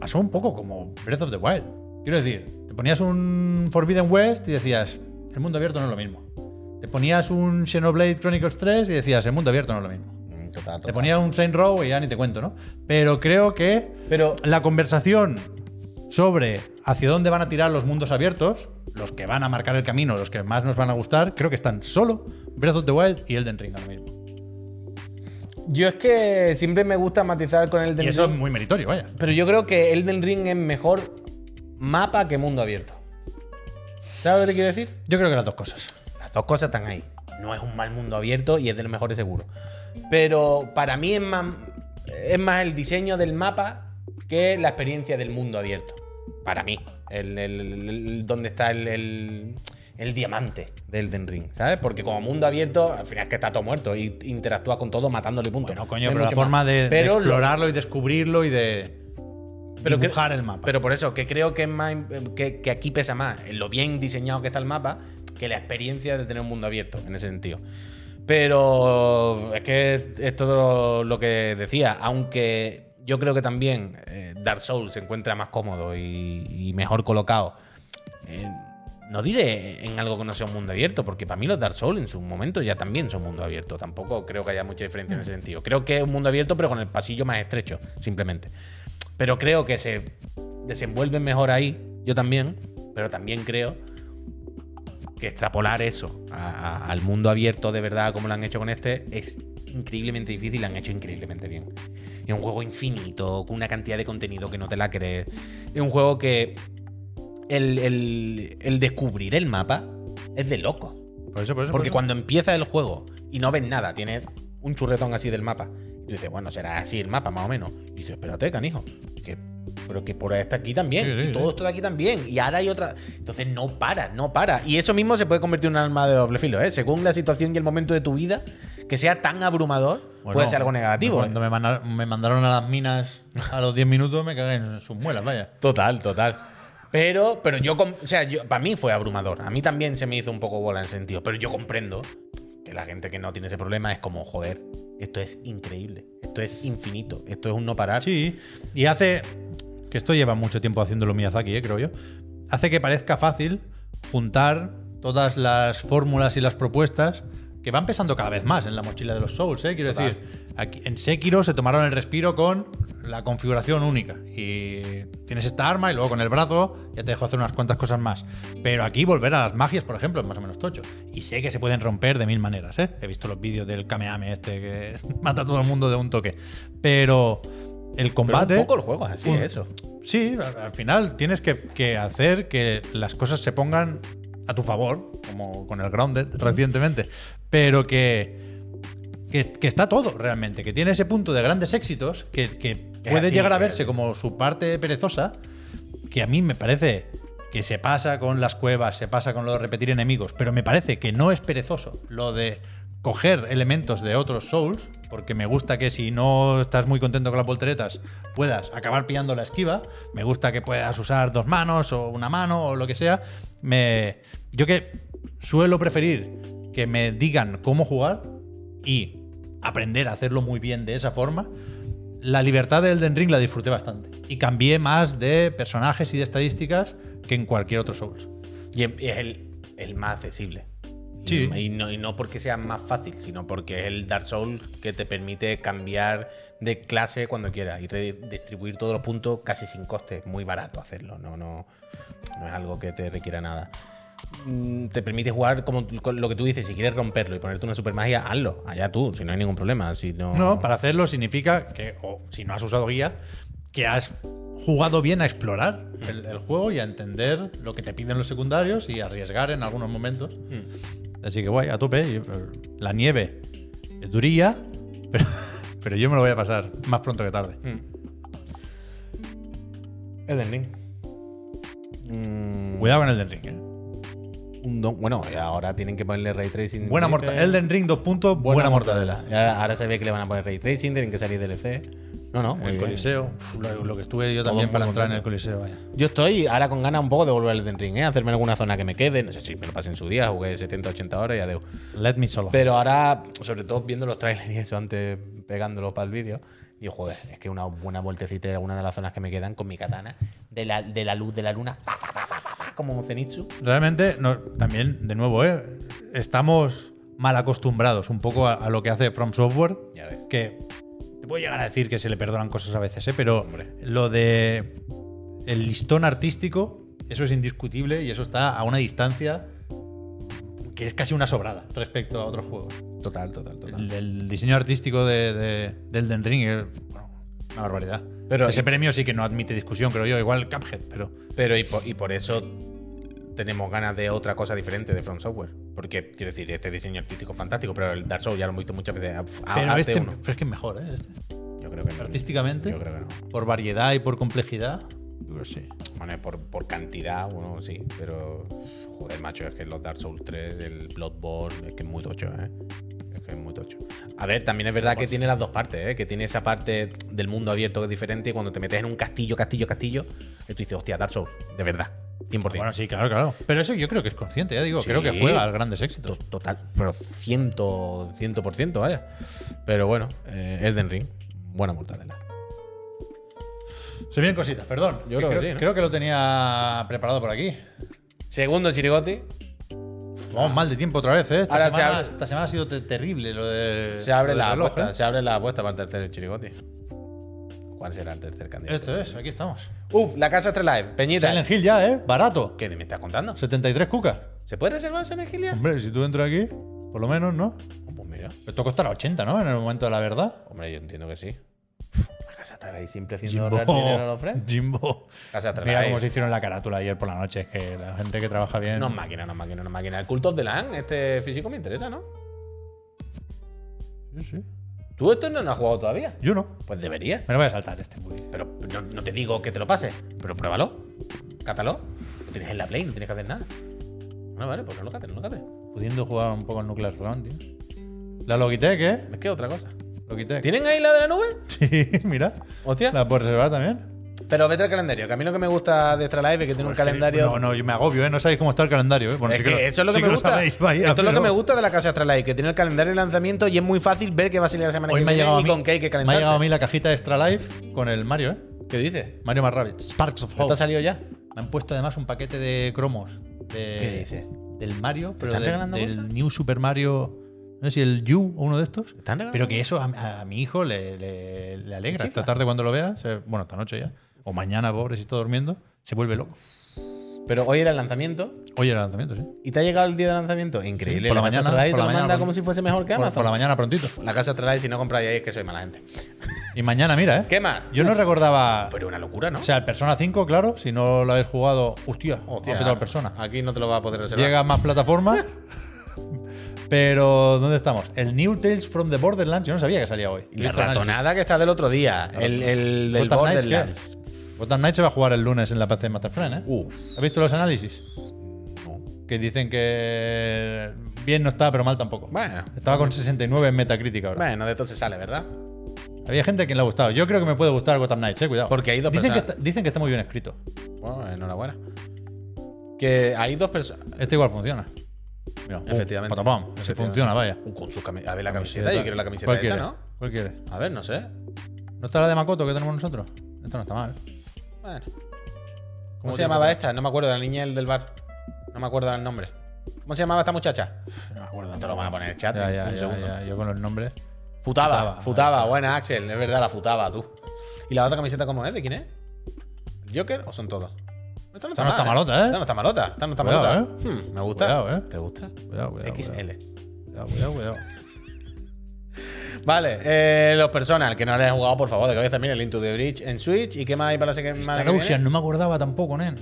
pasó Ah, un poco como Breath of the Wild. Quiero decir, te ponías un Forbidden West y decías, el mundo abierto no es lo mismo. Te ponías un Xenoblade Chronicles 3 y decías, el mundo abierto no es lo mismo.
Mm, Total,
Te
total.
ponía un Saint Row y ya ni te cuento, ¿no? Pero creo que
Pero
la conversación sobre hacia dónde van a tirar los mundos abiertos, los que van a marcar el camino, los que más nos van a gustar, creo que están solo Breath of the Wild y Elden Ring ahora mismo.
yo es que siempre me gusta matizar con el
Y
Elden
eso es
Ring,
muy meritorio, vaya.
Pero yo creo que Elden Ring es mejor mapa que mundo abierto. ¿Sabes lo que te quiero decir?
Yo creo que las dos cosas.
Las dos cosas están ahí. No es un mal mundo abierto y es de los mejores seguro. Pero para mí es más, es más el diseño del mapa que la experiencia del mundo abierto. Para mí. El, el- el- donde está el, el- el diamante del Elden Ring. ¿Sabes? Porque como mundo abierto, al final es que está todo muerto y interactúa con todo matándole y punto.
Bueno, coño,
No hay
pero la
mucho más.
forma de, de
Pero lo-
explorarlo y descubrirlo y de
Pero que-
dibujar el mapa.
Pero por eso, que creo que es más im- eh, que, que aquí pesa más en lo bien diseñado que está el mapa que la experiencia de tener un mundo abierto en ese sentido. Pero es que es- es todo lo que decía, aunque yo creo que también eh, Dark Souls se encuentra más cómodo y, y mejor colocado. Eh, no diré en algo que no sea un mundo abierto, porque para mí los Dark Souls en su momento ya también son mundo abierto. Tampoco creo que haya mucha diferencia en ese sentido. Creo que es un mundo abierto, pero con el pasillo más estrecho, simplemente. Pero creo que se desenvuelven mejor ahí, yo también, pero también creo que extrapolar eso a- a- al mundo abierto de verdad como lo han hecho con este es increíblemente difícil y lo han hecho increíblemente bien. Es un juego infinito, con una cantidad de contenido que no te la crees. Es un juego que el, el- el descubrir el mapa es de loco.
por eso, por eso. por
Porque
eso.
cuando empieza el juego y no ves nada, tienes un churretón así del mapa. Y tú dices, bueno, será así el mapa, más o menos. Y dices, espérate, canijo. Que, pero que por ahí está aquí también.
Sí,
y
sí,
todo
sí.
esto de aquí también. Y ahora hay otra. Entonces no para, no para. Y eso mismo se puede convertir en un arma de doble filo, ¿eh? Según la situación y el momento de tu vida, que sea tan abrumador,
Bueno,
puede ser algo negativo.
Cuando
¿eh?
me manda- me mandaron a las minas a los 10 minutos, me cagué en sus muelas, vaya.
Total, total. Pero, pero yo, com- o sea, yo, para mí fue abrumador. A mí también se me hizo un poco bola en ese sentido. Pero yo comprendo que la gente que no tiene ese problema es como, joder, esto es increíble, esto es infinito, esto es un no parar.
Sí, y hace. Que esto lleva mucho tiempo haciéndolo Miyazaki, eh, creo yo. Hace que parezca fácil juntar todas las fórmulas y las propuestas que van pesando cada vez más en la mochila de los Souls, eh, Quiero
Total.
decir, aquí, en Sekiro se tomaron el respiro con la configuración única. Y tienes esta arma y luego con el brazo ya te dejo hacer unas cuantas cosas más. Pero aquí volver a las magias, por ejemplo, es más o menos tocho. Y sé que se pueden romper de mil maneras, ¿eh? He visto los vídeos del Kameame este que mata a todo el mundo de un toque. Pero el
Pero
combate...
un poco el juego es así,
Un-
eso.
Sí, al al final tienes que, que hacer que las cosas se pongan a tu favor, como con el Grounded recientemente, pero que, que, que está todo realmente, que tiene ese punto de grandes éxitos, que, que
Es
puede
así, eh.
llegar a
que-
verse como su parte perezosa, que a mí me parece que se pasa con las cuevas, se pasa con lo de repetir enemigos, pero me parece que no es perezoso lo de coger elementos de otros Souls, porque me gusta que si no estás muy contento con las volteretas puedas acabar pillando la esquiva, me gusta que puedas usar dos manos o una mano o lo que sea. Me, yo que suelo preferir que me digan cómo jugar y aprender a hacerlo muy bien de esa forma, la libertad de Elden Ring la disfruté bastante. Y cambié más de personajes y de estadísticas que en cualquier otro Souls.
Y es y es el, el más accesible. Y-
Sí.
Y, no, y no porque sea más fácil, sino porque es el Dark Souls que te permite cambiar de clase cuando quieras y redistribuir todos los puntos casi sin coste. Es Muy barato hacerlo, no, no, no es algo que te requiera nada. Mm, Te permite jugar como tú- con lo que tú dices, si quieres romperlo y ponerte una super magia, hazlo, allá tú, si no hay ningún problema. Si no,
No, para hacerlo significa que, o si no has usado guía, que has jugado bien a explorar el, el juego y a entender lo que te piden los secundarios y arriesgar en algunos momentos. Así que guay, a tope. Y, eh, La nieve es durilla, pero, pero yo me lo voy a pasar más pronto que tarde.
Elden Ring. Mm,
Cuidado con Elden Ring. eh.
un don- bueno, y ahora tienen que ponerle ray tracing.
Buena
Dice-
mortadela. Elden Ring, dos puntos, buena, mortadela.
Y Ahora, ahora se ve que le van a poner ray tracing, tienen que salir DLC. No, no, muy
El
bien.
Coliseo. Uf, lo, lo que estuve yo
Todo
también
muy
para entrar en el
contento.
Coliseo, vaya.
Yo estoy ahora con ganas un poco de volver al Elden Ring, ¿eh? hacerme alguna zona que me quede. No sé si me lo pasé en su día, jugué 70, 80 horas y adeu.
Let me solo.
Pero ahora, sobre todo viendo los trailers y eso antes pegándolos para el vídeo, digo, joder, es que una buena vueltecita en alguna de las zonas que me quedan con mi katana de la, de la luz de la luna, fa, fa, fa, fa, fa, fa, como Zenitsu.
Realmente, no- también, de nuevo, ¿eh? estamos mal acostumbrados un poco a, a lo que hace From Software.
Ya ves.
Que te puedo llegar a decir que se le perdonan cosas a veces, ¿eh? pero
Hombre.
lo de el listón artístico, eso es indiscutible y eso está a una distancia que es casi una sobrada respecto a otros juegos.
Total, total,
El, el diseño artístico de, de, de Elden Ring es bueno, una barbaridad.
Pero-
Ese premio sí que no admite discusión, creo yo. Igual Cuphead, pero.
Pero y por, y por eso tenemos ganas de otra cosa diferente de From Software. Porque, quiero decir, este diseño artístico es fantástico, pero el Dark Souls ya lo hemos visto muchas veces. Ah, pf,
pero
hazte
este-
uno.
pero es que es mejor, ¿eh? Este.
Yo creo que no.
Artísticamente.
Yo creo que no.
Por variedad y por complejidad.
Bueno, por, por cantidad, bueno, sí, pero. Joder, macho, es que los Dark Souls 3, el Bloodborne, es que es muy tocho, ¿eh? Es que es muy tocho. A ver, también es verdad que tiene las dos partes, ¿eh? Que tiene esa parte del mundo abierto que es diferente y cuando te metes en un castillo, castillo, castillo, tú dices, hostia, Dark Souls, de verdad. 100%.
Ah, Bueno, sí, claro, claro. Pero eso yo creo que es consciente, ya digo.
Sí.
Creo que juega a grandes éxitos.
To- Total, pero ciento, ciento por ciento, vaya. Pero bueno, eh, Elden Ring, buena mortadela.
Se vienen cositas, perdón.
Yo creo que sí, ¿no?
creo que lo tenía preparado por aquí.
Segundo Chirigoti,
Vamos mal de tiempo otra vez, ¿eh? Esta,
Ahora se
semana,
abre-
esta semana ha sido te- terrible lo de.
se
lo
abre
del
la
reloj,
apuesta,
¿eh?
se abre la apuesta para el tercer Chirigoti. ¿Cuál será el tercer candidato?
Esto es, aquí estamos.
Uf, la casa Live, Peñita.
Silent Hill ya, ¿eh? Barato.
¿Qué me estás contando?
73 cucas.
¿Se puede reservar Silent Hill ya?
Hombre, si tú entras aquí, por lo menos, ¿no?
Oh, Pues mira,
Esto costará 80, ¿no? En el momento de la verdad.
hombre, yo entiendo que sí. Uf, La casa Astralive siempre haciendo ahorrar dinero a los
Jimbo.
friends.
Jimbo.
Casa
Mira cómo se
Astralive.
hicieron la carátula ayer por la noche. Es que la gente que trabaja bien.
No es máquina, no es máquina, no es máquina. El culto de Lan, este físico me interesa, ¿no?
Sí, sí.
¿Tú esto no lo has jugado todavía?
Yo no.
Pues debería.
Me lo voy a saltar este muy bien.
Pero no, no te digo que te lo pases, pero pruébalo. Cátalo. Lo tienes en la Play, no tienes que hacer nada. Bueno, vale, pues no lo cates, no lo cates.
Pudiendo jugar un poco al Nuclear Throne, tío. La Logitech, ¿eh?
Es que otra cosa.
Logitech.
¿Tienen ahí la de la nube?
Sí, mira.
Hostia.
La puedes reservar también.
Pero vete al calendario, que a mí lo que me gusta de Extra Life es que tiene un
Pues que-
calendario.
No, no, yo me agobio, ¿eh? No sabéis cómo está el calendario, ¿eh? Bueno,
es
sí
que,
lo-
eso es lo que
sí
me gusta.
sabéis, vaya,
Esto es lo que
pero-
me gusta de la casa Astralife, que tiene el calendario de lanzamiento y es muy fácil ver qué va a salir la semana
Hoy
que
me ha,
viene
llegado a
y
mí,
con qué hay que
me ha
calentarse.
llegado a mí la cajita de Extra Life con el Mario, ¿eh?
¿Qué dices?
Mario más Rabbit. Sparks of
¿No te
Hope.
ha salido ya?
Me han puesto además un paquete de cromos. De,
¿Qué dices?
Del Mario, pero
están
del-
regalando
del
cosas?
New Super Mario. No sé si el You o uno de estos.
están regalando
Pero que eso a, a mi hijo le, le- le alegra.
Chifla.
Esta tarde cuando lo vea, se- bueno, esta noche ya. O mañana, pobre, si está durmiendo, se vuelve loco.
Pero hoy era el lanzamiento
Hoy era el lanzamiento, sí.
y te ha llegado el día de lanzamiento.
Sí,
Increíble.
por la
casa
mañana,
Astralife
por
te
la
lo
mañana
manda
pronto.
como si fuese mejor que
Por,
Amazon.
por la mañana prontito.
La casa Astralife, si no compráis ahí, es que soy mala gente.
Y mañana, mira, ¿eh?
¿Qué más?
Yo no recordaba.
Pero una locura, ¿no?
O sea, el Persona 5, claro, si no lo habéis jugado, hostia,
Hostia,
ha petado el Persona.
Aquí no te lo va a poder reservar.
Llega a más plataformas. Pero, ¿dónde estamos? El New Tales from the Borderlands, yo no sabía que salía hoy.
Y La ratonada que está del otro día. El, el del
Gotham Knights,
Borderlands. Uh.
¿qué? Gotham Knights se va a jugar el lunes en la paz de Master Friend, ¿eh?
Uf.
¿Has visto los análisis?
No.
Que dicen que bien no estaba, pero mal tampoco.
Bueno.
Estaba con 69 en Metacritic ahora.
Bueno, de entonces sale, ¿verdad?
Había gente a quien le ha gustado. Yo creo que me puede gustar Gotham Knights, eh, cuidado.
Porque hay dos
dicen que,
personas-
está, dicen que está muy bien escrito.
Bueno, enhorabuena. Que hay dos personas.
Este igual funciona. Mira, uh,
Efectivamente.
patapam, ese
Efectivamente.
funciona, vaya.
Uh, Con su cami- A ver, la camiseta. Yo quiero la camiseta
¿Cuál
esa,
quiere?
¿no?
¿Cuál quiere?
A ver, no sé.
¿No está la de Makoto que tenemos nosotros? Esto no está mal.
Bueno. ¿Cómo
¿Cómo eh?
se
te
llamaba
llamas?
esta? No me acuerdo, la niña del bar. No me acuerdo el nombre. ¿Cómo se llamaba esta muchacha?
No me acuerdo.
No te lo van a poner en el chat.
Ya, ya,
un
ya,
segundo.
ya, Yo con los nombres.
Futaba, futaba,
Futaba.
buena Axel, es verdad, la futaba tú. ¿Y la otra camiseta cómo es? ¿De quién es? ¿El ¿Joker o son todos? Esta
Esta no está
mal,
malota, ¿eh?
Esta no está malota, esta no está
Cuidado,
malota. Hmm, me gusta.
Cuidado, ¿eh?
¿Te gusta?
Cuidado, cuidado.
XL.
Cuidado, cuidado, cuidado.
Vale, eh, los personas, que no le hayas jugado, por favor, de cabeza también el Into the Bridge en Switch. ¿Y qué más hay para que más?
Star Ocean, no me acordaba tampoco, nen.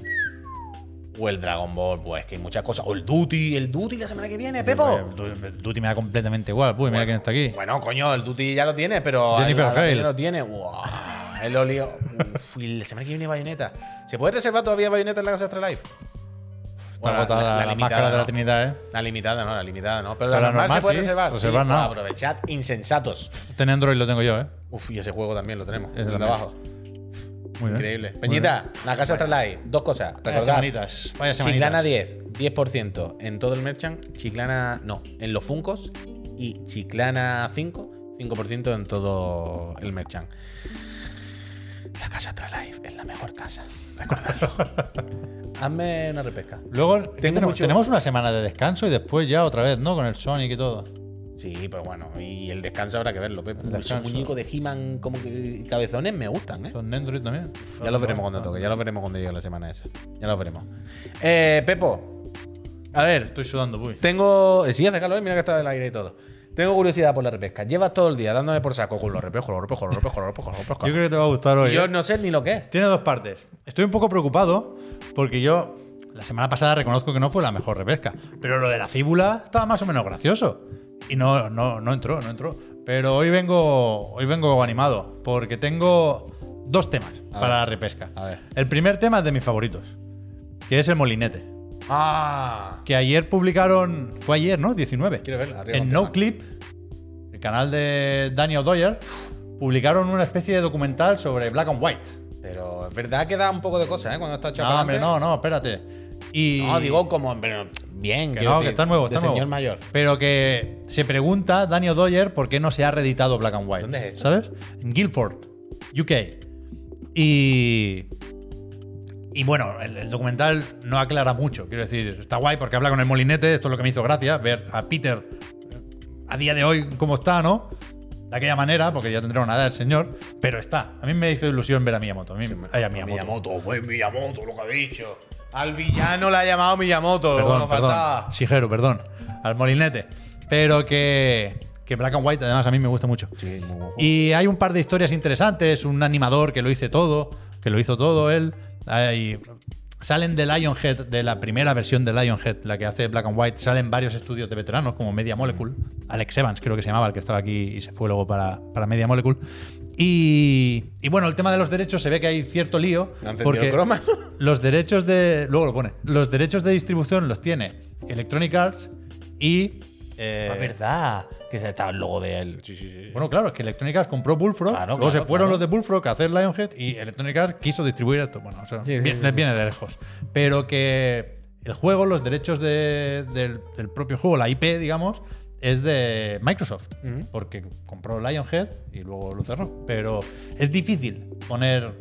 O el Dragon Ball, pues que hay muchas cosas. O el Duty, el Duty la semana que viene,
Tú
Pepo.
Duty me da completamente igual. Uy, mira quién está aquí.
Bueno, coño, el Duty ya lo tienes, pero.
Jennifer
el- el-
Hale.
el lo tiene. Wow, el olio. Uf, y la semana que viene bayoneta. ¿Se puede reservar todavía bayoneta en la casa Extra Life?
Está
Bueno,
agotada la,
limitada,
máscara de
¿no?
la Trinidad, ¿eh?
La limitada, no, la limitada, no. Pero la,
Pero la
normal, se
normal,
puede
sí.
reservar.
Reservar
Sí,
nada.
Aprovechad, insensatos.
Este en Android lo tengo yo, ¿eh?
Uf, y ese juego también lo tenemos.
Es
el
la
de abajo.
Muy bien.
Increíble.
Muy
Peñita, la casa Extra Life, dos cosas.
Vaya
Recordad,
semanitas. Vaya
Chiclana
semanitas.
10, 10% en todo el merchant, Chiclana no, en los Funcos y Chiclana 5, 5% en todo el merchant. La casa Astralife es la mejor casa, recordadlo. Hazme una repesca.
Luego ¿qué tenemos,
mucho-
tenemos una semana de descanso y después ya otra vez, ¿no? Con el Sonic y todo.
Sí, pues bueno, y el descanso habrá que verlo. Pepe.
El
Esos
descanso.
muñecos de He-Man como que cabezones me gustan, ¿eh?
Son Android también. Ah.
Ya los veremos cuando toque, ya los veremos cuando llegue la semana esa. Ya los veremos. Eh, Pepo, a ver,
Estoy sudando, uy.
Tengo. eh, Sí, hace calor, mira que está el aire y todo. Tengo curiosidad por la repesca. Llevas todo el día dándome por saco con los repejos, los repejos, los repejos, los repejos, los
Yo
repejos.
creo que te va a gustar hoy.
Y Yo
¿eh?
no sé ni lo que es.
Tiene dos partes. Estoy un poco preocupado porque yo la semana pasada reconozco que no fue la mejor repesca. Pero lo de la fíbula estaba más o menos gracioso. Y no, no, no entró, no entró. Pero hoy vengo, hoy vengo animado porque tengo dos temas
A
para
ver.
la repesca.
A ver.
El primer tema es de mis favoritos, que es el molinete.
Ah.
Que ayer publicaron, fue ayer, ¿no? 19.
Quiero verla, arriba
En
con tema.
NoClip, el canal de Daniel Doyer, publicaron una especie de documental sobre Black and White.
Pero es verdad que da un poco de cosas, ¿eh? Cuando está hecho
No,
para
hombre,
adelante.
no, no, espérate. Y
No, digo como. Pero bien,
que
quiero
no,
decir,
que está nuevo,
de
está nuevo.
señor mayor.
Pero que se pregunta Daniel Doyer por qué no se ha reeditado Black and White.
¿Dónde es esto?
¿Sabes? En Guildford, UK. Y. Y bueno, el, el documental no aclara mucho. Quiero decir, está guay porque habla con el molinete. Esto es lo que me hizo gracia, ver a Peter eh, a día de hoy cómo está, ¿no? De aquella manera, porque ya tendrá una edad el señor, pero está. A mí me hizo ilusión ver a Miyamoto. A mí, ay, a Miyamoto.
Miyamoto, pues Miyamoto, lo que ha dicho. Al villano le ha llamado Miyamoto, lo que
perdón,
nos
perdón.
faltaba.
Shigeru, perdón. Al molinete. Pero que, que Black and White, además, a mí me gusta mucho.
Sí, muy guapo.
Y hay un par de historias interesantes. Un animador que lo hizo todo, que lo hizo todo él. Hay- salen de Lionhead, de la primera versión de Lionhead, la que hace Black and White. Salen varios estudios de veteranos, como Media Molecule. Alex Evans, creo que se llamaba, el que estaba aquí y se fue luego para, para Media Molecule. Y, y bueno, el tema de los derechos se ve que hay cierto lío.
¿No han encendido
porque
el croma?
los derechos de. Luego lo pone. Los derechos de distribución los tiene Electronic Arts y. eh,
Es verdad, que que se está el logo de él.
Sí, sí, sí.
Bueno, claro, es que Electronic Arts compró Bullfrog,
Claro,
luego
claro,
se fueron
claro.
los de Bullfrog a hacer Lionhead y Electronic Arts quiso distribuir esto. Bueno, o sea,
Sí, sí,
bien-
sí,
les
sí.
viene de lejos. Pero que el juego, los derechos de- del, del propio juego, la IP, digamos, es de Microsoft.
Ujú.
Porque compró Lionhead y luego lo cerró. Pero es difícil poner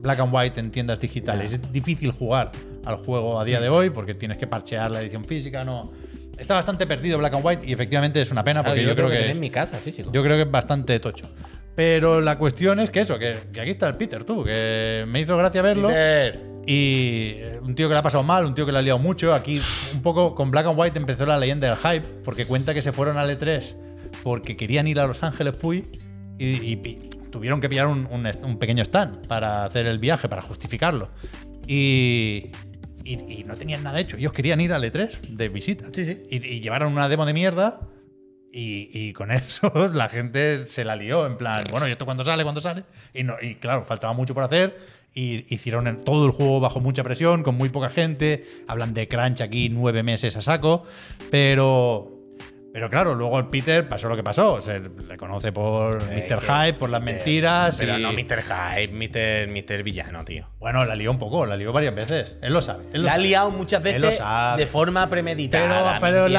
Black and White en tiendas digitales. Es difícil jugar al juego a día de hoy porque tienes que parchear la edición física, no. Está bastante perdido Black and White y efectivamente es una pena
Claro,
Ah, porque yo, creo que,
tiene
es-
en mi casa, físico.
yo creo que es bastante tocho. Pero la cuestión es que eso, que, que aquí está el Peter, tú, que me hizo gracia verlo. Y eh, un tío que la ha pasado mal, un tío que la ha liado mucho. Aquí, un poco con Black and White empezó la leyenda del hype, porque cuenta que se fueron al E3 porque querían ir a Los Ángeles Puy y, y pi- tuvieron que pillar un, un est- un pequeño stand para hacer el viaje, para justificarlo. Y, y- y no tenían nada hecho. Ellos querían ir al E3 de visita.
Sí, sí.
Y, y llevaron una demo de mierda. Y, y con eso la gente se la lió, en plan, bueno, ¿y esto cuándo sale? ¿Cuándo sale? Y, no, y claro, faltaba mucho por hacer. Y hicieron el- todo el juego bajo mucha presión, con muy poca gente. Hablan de crunch aquí nueve meses a saco. Pero. Pero claro, luego el Peter pasó lo que pasó. Se le conoce por Mr.
que-
Hype, por las mentiras.
Eh, Pero
y-
no Mr. Hype, Mr. Mr. Villano, tío.
Bueno, la lió un poco, la lió varias veces. Él lo sabe. él lo
La ha
sabe.
liado muchas
Él lo
veces
sabe.
de forma
Pero,
premeditada.
pero la-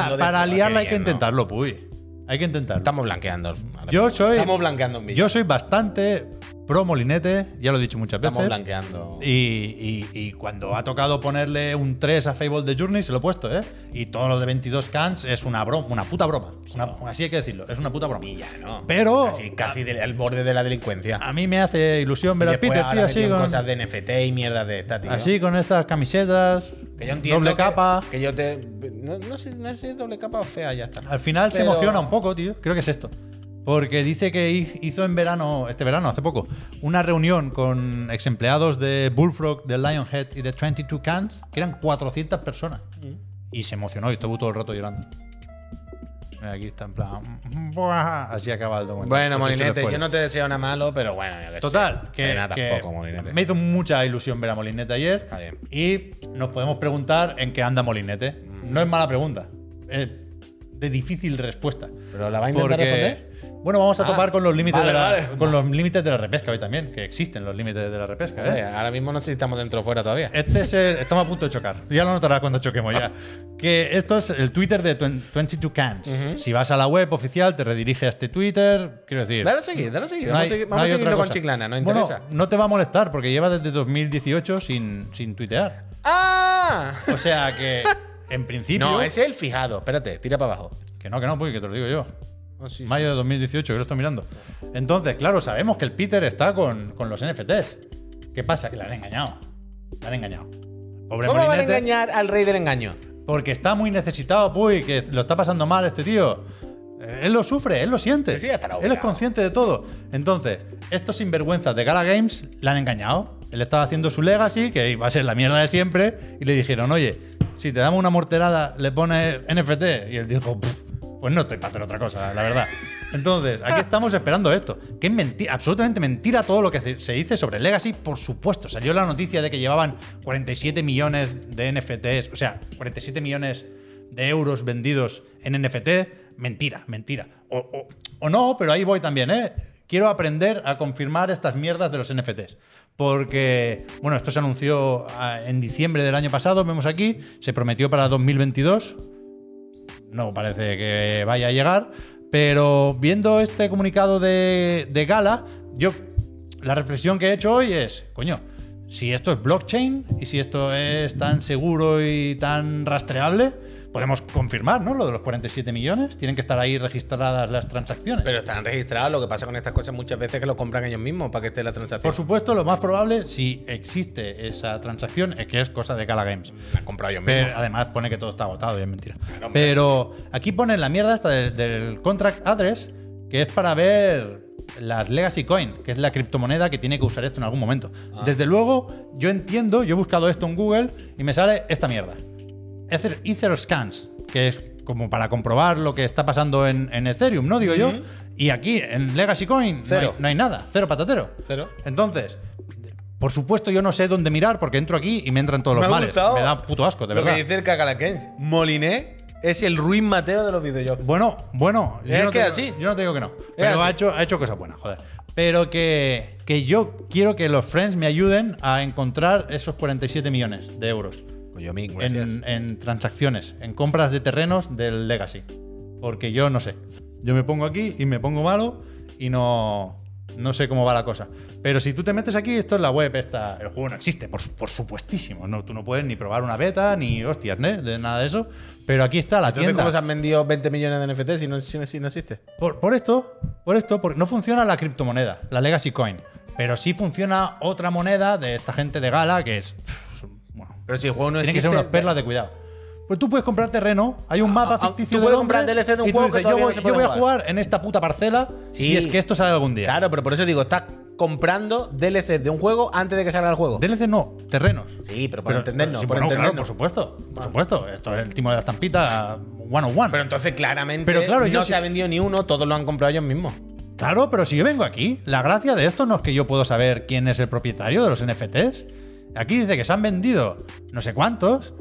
mintiendo de
para
forma
liarla hay que
queriendo.
intentarlo, puy. Hay que intentarlo.
Estamos blanqueando. ahora
Yo
mismo.
soy-
Estamos blanqueando un
Yo soy bastante pro Molinete, ya lo he dicho muchas
Estamos
veces.
blanqueando.
Y, y- y cuando ha tocado ponerle un 3 a Fable de Journey, se lo he puesto, ¿eh? Y todo lo de 22 cans es una broma, una puta broma. Una- así hay que decirlo, es una puta broma.
Villano.
Pero-
Casi, casi del- al borde de la delincuencia.
A mí me hace ilusión ver
Y
a
después
Peter,
ahora
tío, así
metió
con,
cosas de NFT y mierdas de esta, tío.
así con estas camisetas,
Que yo entiendo
doble
que-
capa.
Que yo te. No, no sé, no sé, doble capa o fea, ya está.
Al final se
Pero-
emociona un poco, tío. Creo que es esto. Porque dice que hi- hizo en verano, este verano, hace poco, una reunión con ex empleados de Bullfrog, de Lionhead y de 22 Cans, que eran 400 personas. Y se emocionó y estuvo todo el rato llorando. Mira, aquí está en plan. "Buah". Así acaba el documental.
Bueno,
Os he hecho
Molinete,
el
yo
spoiler.
no te deseo nada malo, pero bueno, yo qué sé.
Total, que,
De nada
que
tampoco, Molinete.
me hizo mucha ilusión ver a Molinete ayer.
Está bien.
Y nos podemos preguntar en qué anda Molinete.
Mm.
No es mala pregunta, es de difícil respuesta.
¿Pero la va a intentar responder?
Bueno, vamos a
Ah,
topar con los límites
vale,
de la,
vale.
con los límites de la repesca hoy también, que existen los límites de la repesca. ¿eh?
Oye, Ahora mismo no sé si estamos dentro o fuera todavía.
Este es el- Estamos a punto de chocar. Ya lo notarás cuando choquemos ya. Que esto es el Twitter de 22 Cans. Si vas a la web oficial, te redirige a este Twitter. Quiero decir.
Dale a seguir, dale a seguir.
no
vamos
hay-
a, seguir,
no
vamos a
hay
seguirlo
otra
con
cosa.
Chiclana, nos
Bueno,
interesa.
no te va a molestar porque lleva desde 2018 sin, sin tuitear.
¡Ah!
O sea que, en principio.
No, ese es el fijado. Espérate, tira para abajo.
Que no, que no, porque que te lo digo yo.
Oh, sí, sí.
Mayo de 2018, que lo estoy mirando. Entonces, claro, sabemos que el Peter está con, con los NFTs. ¿Qué pasa? Que le han engañado. Le han engañado. Pobre
¿Cómo van a
Molinete,
engañar al rey del engaño?
Porque está muy necesitado, puy, que lo está pasando mal este tío. Eh, Él lo sufre, él lo siente.
Sí, sí, estará
él es
obligado.
consciente de todo. Entonces, estos sinvergüenzas de Gala Games le han engañado. Él estaba haciendo su legacy, que iba a ser la mierda de siempre, y le dijeron, oye, si te damos una morterada, le pones NFT. Y él dijo, "Pff, pues no estoy para hacer otra cosa, la verdad. Entonces, aquí estamos esperando esto. Que es mentira, absolutamente mentira todo lo que se- se dice sobre Legacy, por supuesto. Salió la noticia de que llevaban 47 millones de NFTs, o sea, 47 millones de euros vendidos en NFT, mentira, mentira. O, o- o no, pero ahí voy también, ¿eh? Quiero aprender a confirmar estas mierdas de los NFTs. Porque, bueno, esto se anunció ah, en diciembre del año pasado, vemos aquí, se prometió para 2022. No parece que vaya a llegar, pero viendo este comunicado de, de Gala, yo la reflexión que he hecho hoy es, coño, si esto es blockchain y si esto es tan seguro y tan rastreable, podemos confirmar, ¿no? Lo de los 47 millones, tienen que estar ahí registradas las transacciones.
Pero están registrados. Lo que pasa con estas cosas muchas veces es que lo compran ellos mismos para que esté la transacción.
por supuesto, lo más probable, si existe esa transacción, es que es cosa de Gala Games.
la han comprado ellos mismos.
Pero además pone que todo está agotado y es mentira.
hombre.
Pero aquí pone la mierda esta del, del contract address, que es para ver las Legacy Coin, que es la criptomoneda que tiene que usar esto en algún momento.
Ah.
Desde luego, yo entiendo, yo he buscado esto en Google y me sale esta mierda. Ether, Ether Scans, que es como para comprobar lo que está pasando en, en Ethereum, ¿no? Digo yo. Y aquí, en Legacy Coin, no hay-
Cero.
No, hay, nada. Cero patatero.
Cero.
Entonces, por supuesto, yo no sé dónde mirar porque entro aquí y me entran todos
Me
los
ha
males.
gustado
Me da puto asco, de
lo
verdad.
que dice el Cacalaquens. Moliné Es el Ruiz Mateo de los videojuegos.
Bueno, bueno.
Es
no
que
te-
así.
Yo no te digo que no. Pero ha
así.
hecho, ha hecho cosas buenas, joder. Pero que, que yo quiero que los Friends me ayuden a encontrar esos 47 millones de euros
Coyomín,
en, en transacciones, en compras de terrenos del Legacy. Porque yo no sé. Yo me pongo aquí y me pongo malo y no, no sé cómo va la cosa. Pero si tú te metes aquí, esto es la web, esta, el juego no existe, por, su- por supuestísimo. No, tú no puedes ni probar una beta, ni hostias, ¿eh? de nada de eso. Pero aquí está la
Entonces,
tienda.
¿cómo se han vendido 20 millones de NFT si no, si no- si no existe?
Por, por esto, por esto, porque no funciona la criptomoneda, la Legacy Coin. Pero sí funciona otra moneda de esta gente de gala que es.
Pues
pff, Bueno,
Pero si el juego no
tienen que ser unas perlas de cuidado. Pues tú puedes comprar terreno, hay un mapa
este, Ah, ah,
ficticio
tú
de
puedes comprar
Londres,
DLC de un
y tú
juego que
dices, yo
todavía
voy,
no se
yo
puede
voy a
jugar.
jugar en esta puta parcela si
Sí.
es que esto sale algún día.
Claro, pero por eso digo, estás comprando DLC de un juego antes de que salga el juego.
DLC no, terrenos.
Sí, pero para entendernos,
sí,
por
bueno, claro,
entendernos.
por supuesto, por supuesto. Esto es el timo de la estampita one on one.
Pero entonces, claramente,
Pero claro, yo
no
sí-
se ha vendido ni uno, todos lo han comprado ellos mismos.
Claro, pero si yo vengo aquí, la gracia de esto no es que yo puedo saber quién es el propietario de los NFTs. Aquí dice que se han vendido no sé cuántos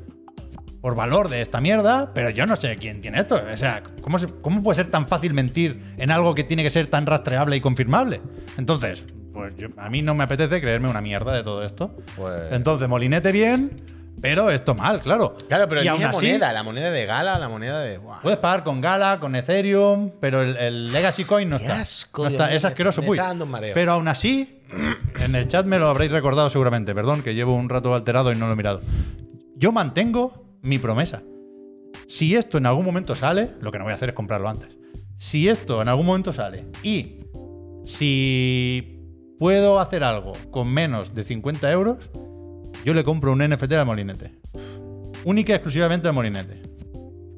por valor de esta mierda, pero yo no sé quién tiene esto. O sea, ¿cómo, se- cómo puede ser tan fácil mentir en algo que tiene que ser tan rastreable y confirmable? Entonces, pues yo- a mí no me apetece creerme una mierda de todo esto.
Pues-
Entonces, molinete bien, pero esto mal, claro.
Claro, pero
y
es
aún
la
así,
moneda, la moneda de gala, la moneda de. Buah.
Puedes pagar con Gala, con Ethereum, pero el, el Legacy Coin no
Qué
está.
asco,
No
Dios
está,
mío,
es
me-
asqueroso,
me
puy.
está dando un mareo.
Pero aún así, en el chat me lo habréis recordado seguramente, perdón, que llevo un rato alterado y no lo he mirado. Yo mantengo mi promesa. Si esto en algún momento sale, lo que no voy a hacer es comprarlo antes. Si esto en algún momento sale y si puedo hacer algo con menos de 50 euros, yo le compro un NFT al molinete. Única y exclusivamente al molinete.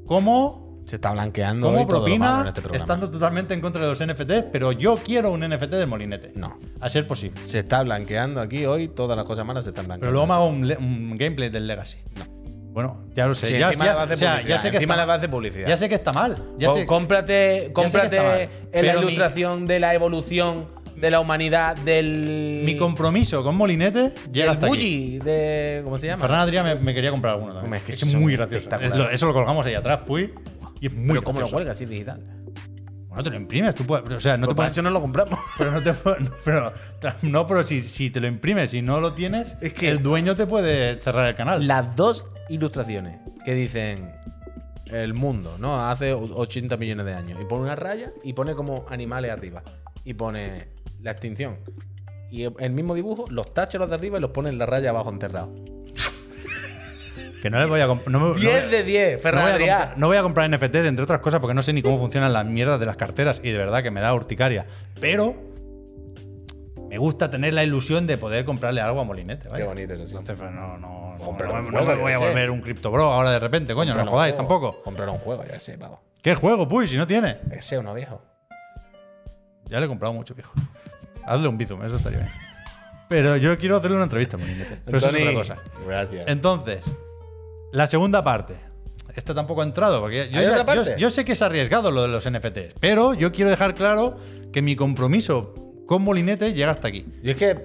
Como
Se está blanqueando
como
hoy todo lo malo
propina,
en este programa.
estando totalmente en contra de los NFTs, pero yo quiero un NFT del molinete.
No.
A ser posible.
Se está blanqueando aquí hoy, todas las cosas malas se están
Pero
blanqueando.
luego me hago un, le- un gameplay del Legacy.
No.
Bueno, ya lo sé.
Sí,
ya,
encima
ya-
las hace
o sea,
publicidad,
ya sé que
encima
está,
las hace publicidad.
ya sé que está mal. Ya
Com-
sé-
Cómprate, cómprate
está mal,
en la
pero mi-
ilustración de la evolución de la humanidad del.
mi compromiso con molinete
del
llega hasta aquí.
Bulli, de. ¿Cómo se llama?
Fernández Adrià me, me quería comprar alguno también.
Hombre, es que
es
son
muy gracioso.
espectaculares.
Es lo- eso lo colgamos ahí atrás, Puy. Y es muy
Pero ¿cómo lo
gracioso.
cuelgas así digital?
Bueno, te lo imprimes. Tú puedes, o sea, no te
Pues para
puedes,
eso no lo compramos.
Pero no te puedo- no, pero, claro, no, pero si, si te lo imprimes y no lo tienes,
Es que-
el dueño te puede cerrar el canal.
Las dos ilustraciones que dicen el mundo, ¿no? Hace 80 millones de años. Y pone una raya y pone como animales arriba. Y pone la extinción. Y el mismo dibujo, los taches los de arriba y los pone en la raya abajo enterrado.
Que no le voy a comp- no me- no voy a-
10 de 10,
no voy, a
Fernández.
comprar- no voy a comprar NFTs, entre otras cosas, porque no sé ni cómo funcionan las mierdas de las carteras y de verdad que me da urticaria. Pero me gusta tener la ilusión de poder comprarle algo a Molinete. vaya.
Qué bonito, lo siento.
Entonces, pues, no, no, no,
Cómpralo
no
un
me-
juego,
no me
yo
voy a
qué sé.
volver un cripto bro ahora de repente, coño, no me jodáis tampoco.
Comprar un juego, ya sé, vamos.
¿Qué juego, puy, si no tiene?
Que sea uno viejo.
Ya le he comprado mucho, viejo. Hazle un bizum, eso estaría bien. Pero yo quiero hacerle una entrevista a Molinete. Pero eso es
Tony,
otra cosa.
Gracias.
Entonces, la segunda parte. Esta tampoco ha entrado, porque yo,
¿Hay
ya-
otra parte?
yo- yo sé que es arriesgado lo de los NFTs, pero yo quiero dejar claro que mi compromiso con Molinete llega hasta aquí.
Yo es que.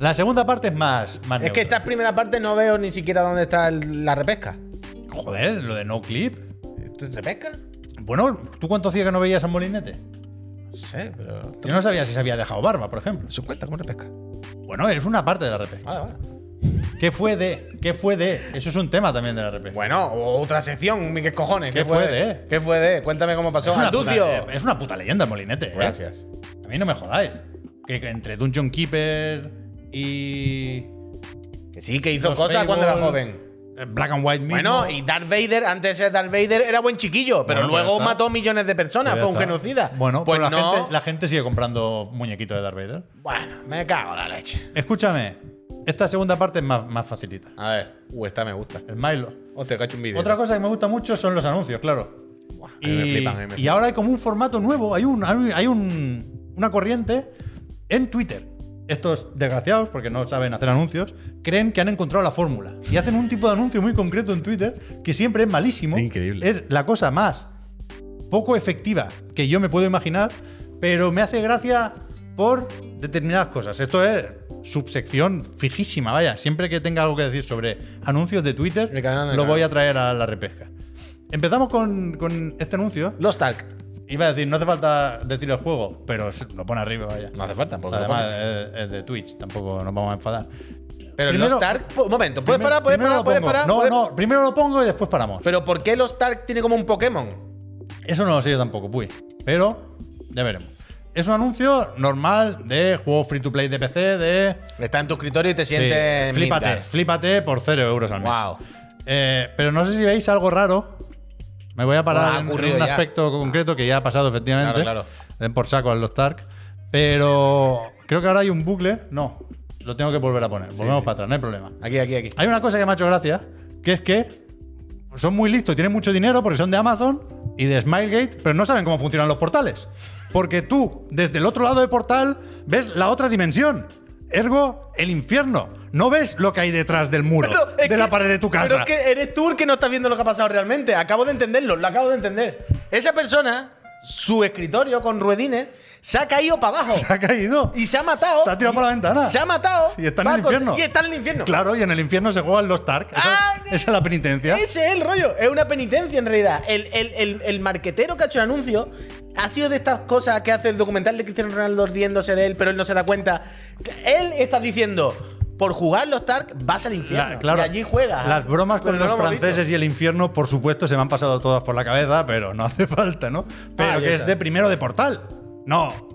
La segunda parte es más, más
Es que
neutra.
esta primera parte no veo ni siquiera dónde está el- la repesca.
Joder, lo de no clip.
¿Esto es repesca?
Bueno, ¿tú cuánto hacía que no veías a Molinete?
No sé, pero.
Yo no sabía si se había dejado barba, por ejemplo.
¿Se cuenta como repesca?
Bueno, es una parte de la RP.
Vale, vale.
¿Qué fue de? ¿Qué fue de? Eso es un tema también de la RP.
Bueno, otra sección, mi- ¿qué cojones?
¿Qué fue de?
¿Qué fue de? Cuéntame cómo pasó.
es, una puta,
¡Antucio!
eh, es una puta leyenda, Molinete. ¿eh?
Gracias.
A mí no me jodáis. Que que entre Dungeon Keeper y.
Que sí, que hizo
los
cosas
Fable,
cuando era joven.
eh, Black and White mismo.
Bueno, y Darth Vader, antes de ser Darth Vader, era buen chiquillo, pero
Bueno, pues ya
luego
está.
mató millones de
Pues
personas,
ya
fue un
está.
genocida.
Bueno,
pues
pero
no.
la, gente, la gente sigue comprando muñequitos de Darth Vader.
Bueno, me cago en la leche.
Escúchame, esta segunda parte es más, más facilita.
A ver, uh, esta me gusta.
El Milo.
Hostia, cacho un vídeo.
Otra cosa que me gusta mucho son los anuncios, claro.
Buah, a mí me
Y,
flipan, a mí me
y
flipan.
ahora hay como un formato nuevo, hay, un, hay, hay un- una corriente en Twitter. Estos desgraciados, porque no saben hacer anuncios, creen que han encontrado la fórmula. Y hacen un tipo de anuncio muy concreto en Twitter que siempre es malísimo.
Increíble.
Es la cosa más poco efectiva que yo me puedo imaginar, pero me hace gracia por determinadas cosas. Esto es subsección fijísima, vaya. Siempre que tenga algo que decir sobre anuncios de Twitter,
El canal de
lo
canal.
voy a traer a la repesca. Empezamos con, con este anuncio.
Los Ark.
Iba a decir, no hace falta decir el juego, pero se- lo pone arriba, vaya.
No hace falta, porque lo
Además, es, es de Twitch, tampoco nos vamos a enfadar.
Pero
Primero-
Los Ark. Un momento, puedes
Primero-
parar, puedes
primero
parar,
lo
puedes
pongo.
parar.
No,
puedes-
no, primero lo pongo y después paramos.
Pero ¿por qué Los Ark tiene como un Pokémon?
Eso no lo sé yo tampoco, puy. Pero ya veremos. Es un anuncio normal de juego free to play de PC de.
Está en tu escritorio y te
Sí,
sientes.
flípate,
Midgar.
flípate por 0 euros al mes.
Wow.
Eh, pero no sé si veis algo raro. Me voy a parar
Bueno, ha
en- en,
ocurrido
un
ya.
aspecto concreto que ya ha pasado, efectivamente.
Claro, claro.
Den por saco a los Tark. Pero creo que ahora hay un bucle. No, lo tengo que volver a poner. Volvemos para atrás, no hay problema.
Aquí, aquí, aquí.
Hay una cosa que me ha hecho gracia, que es que son muy listos y tienen mucho dinero porque son de Amazon y de Smilegate, pero no saben cómo funcionan los portales. Porque tú, desde el otro lado del portal, ves la otra dimensión. Ergo, el infierno. No ves lo que hay detrás del muro,
Pero
de
es
la
que-
pared de tu casa.
Pero es que eres tú el que no estás viendo lo que ha pasado realmente. Acabo de entenderlo, lo acabo de entender. Esa persona, su escritorio con ruedines, se ha caído para abajo.
Se ha caído.
Y se ha matado.
Se ha tirado por la ventana.
Se ha matado.
Y está en el
Paco,
infierno.
Y está en el infierno.
Claro, y en el infierno se juegan los Tark. Esa,
Ah,
esa es la penitencia.
Ese es el rollo. Es una penitencia en realidad. El, el- el- el marquetero que ha hecho el anuncio ha sido de estas cosas que hace el documental de Cristiano Ronaldo riéndose de él, pero él no se da cuenta. Él está diciendo. Por jugar los Tark vas al infierno.
La- claro,
y allí juegas. ¿eh?
Las bromas
Pero
con
no
los
lo hemos
franceses y el infierno, por supuesto, se me han pasado todas por la cabeza, pero no hace falta, ¿no? Pero
Ahí
que
Ah, está.
es de primero de portal. No.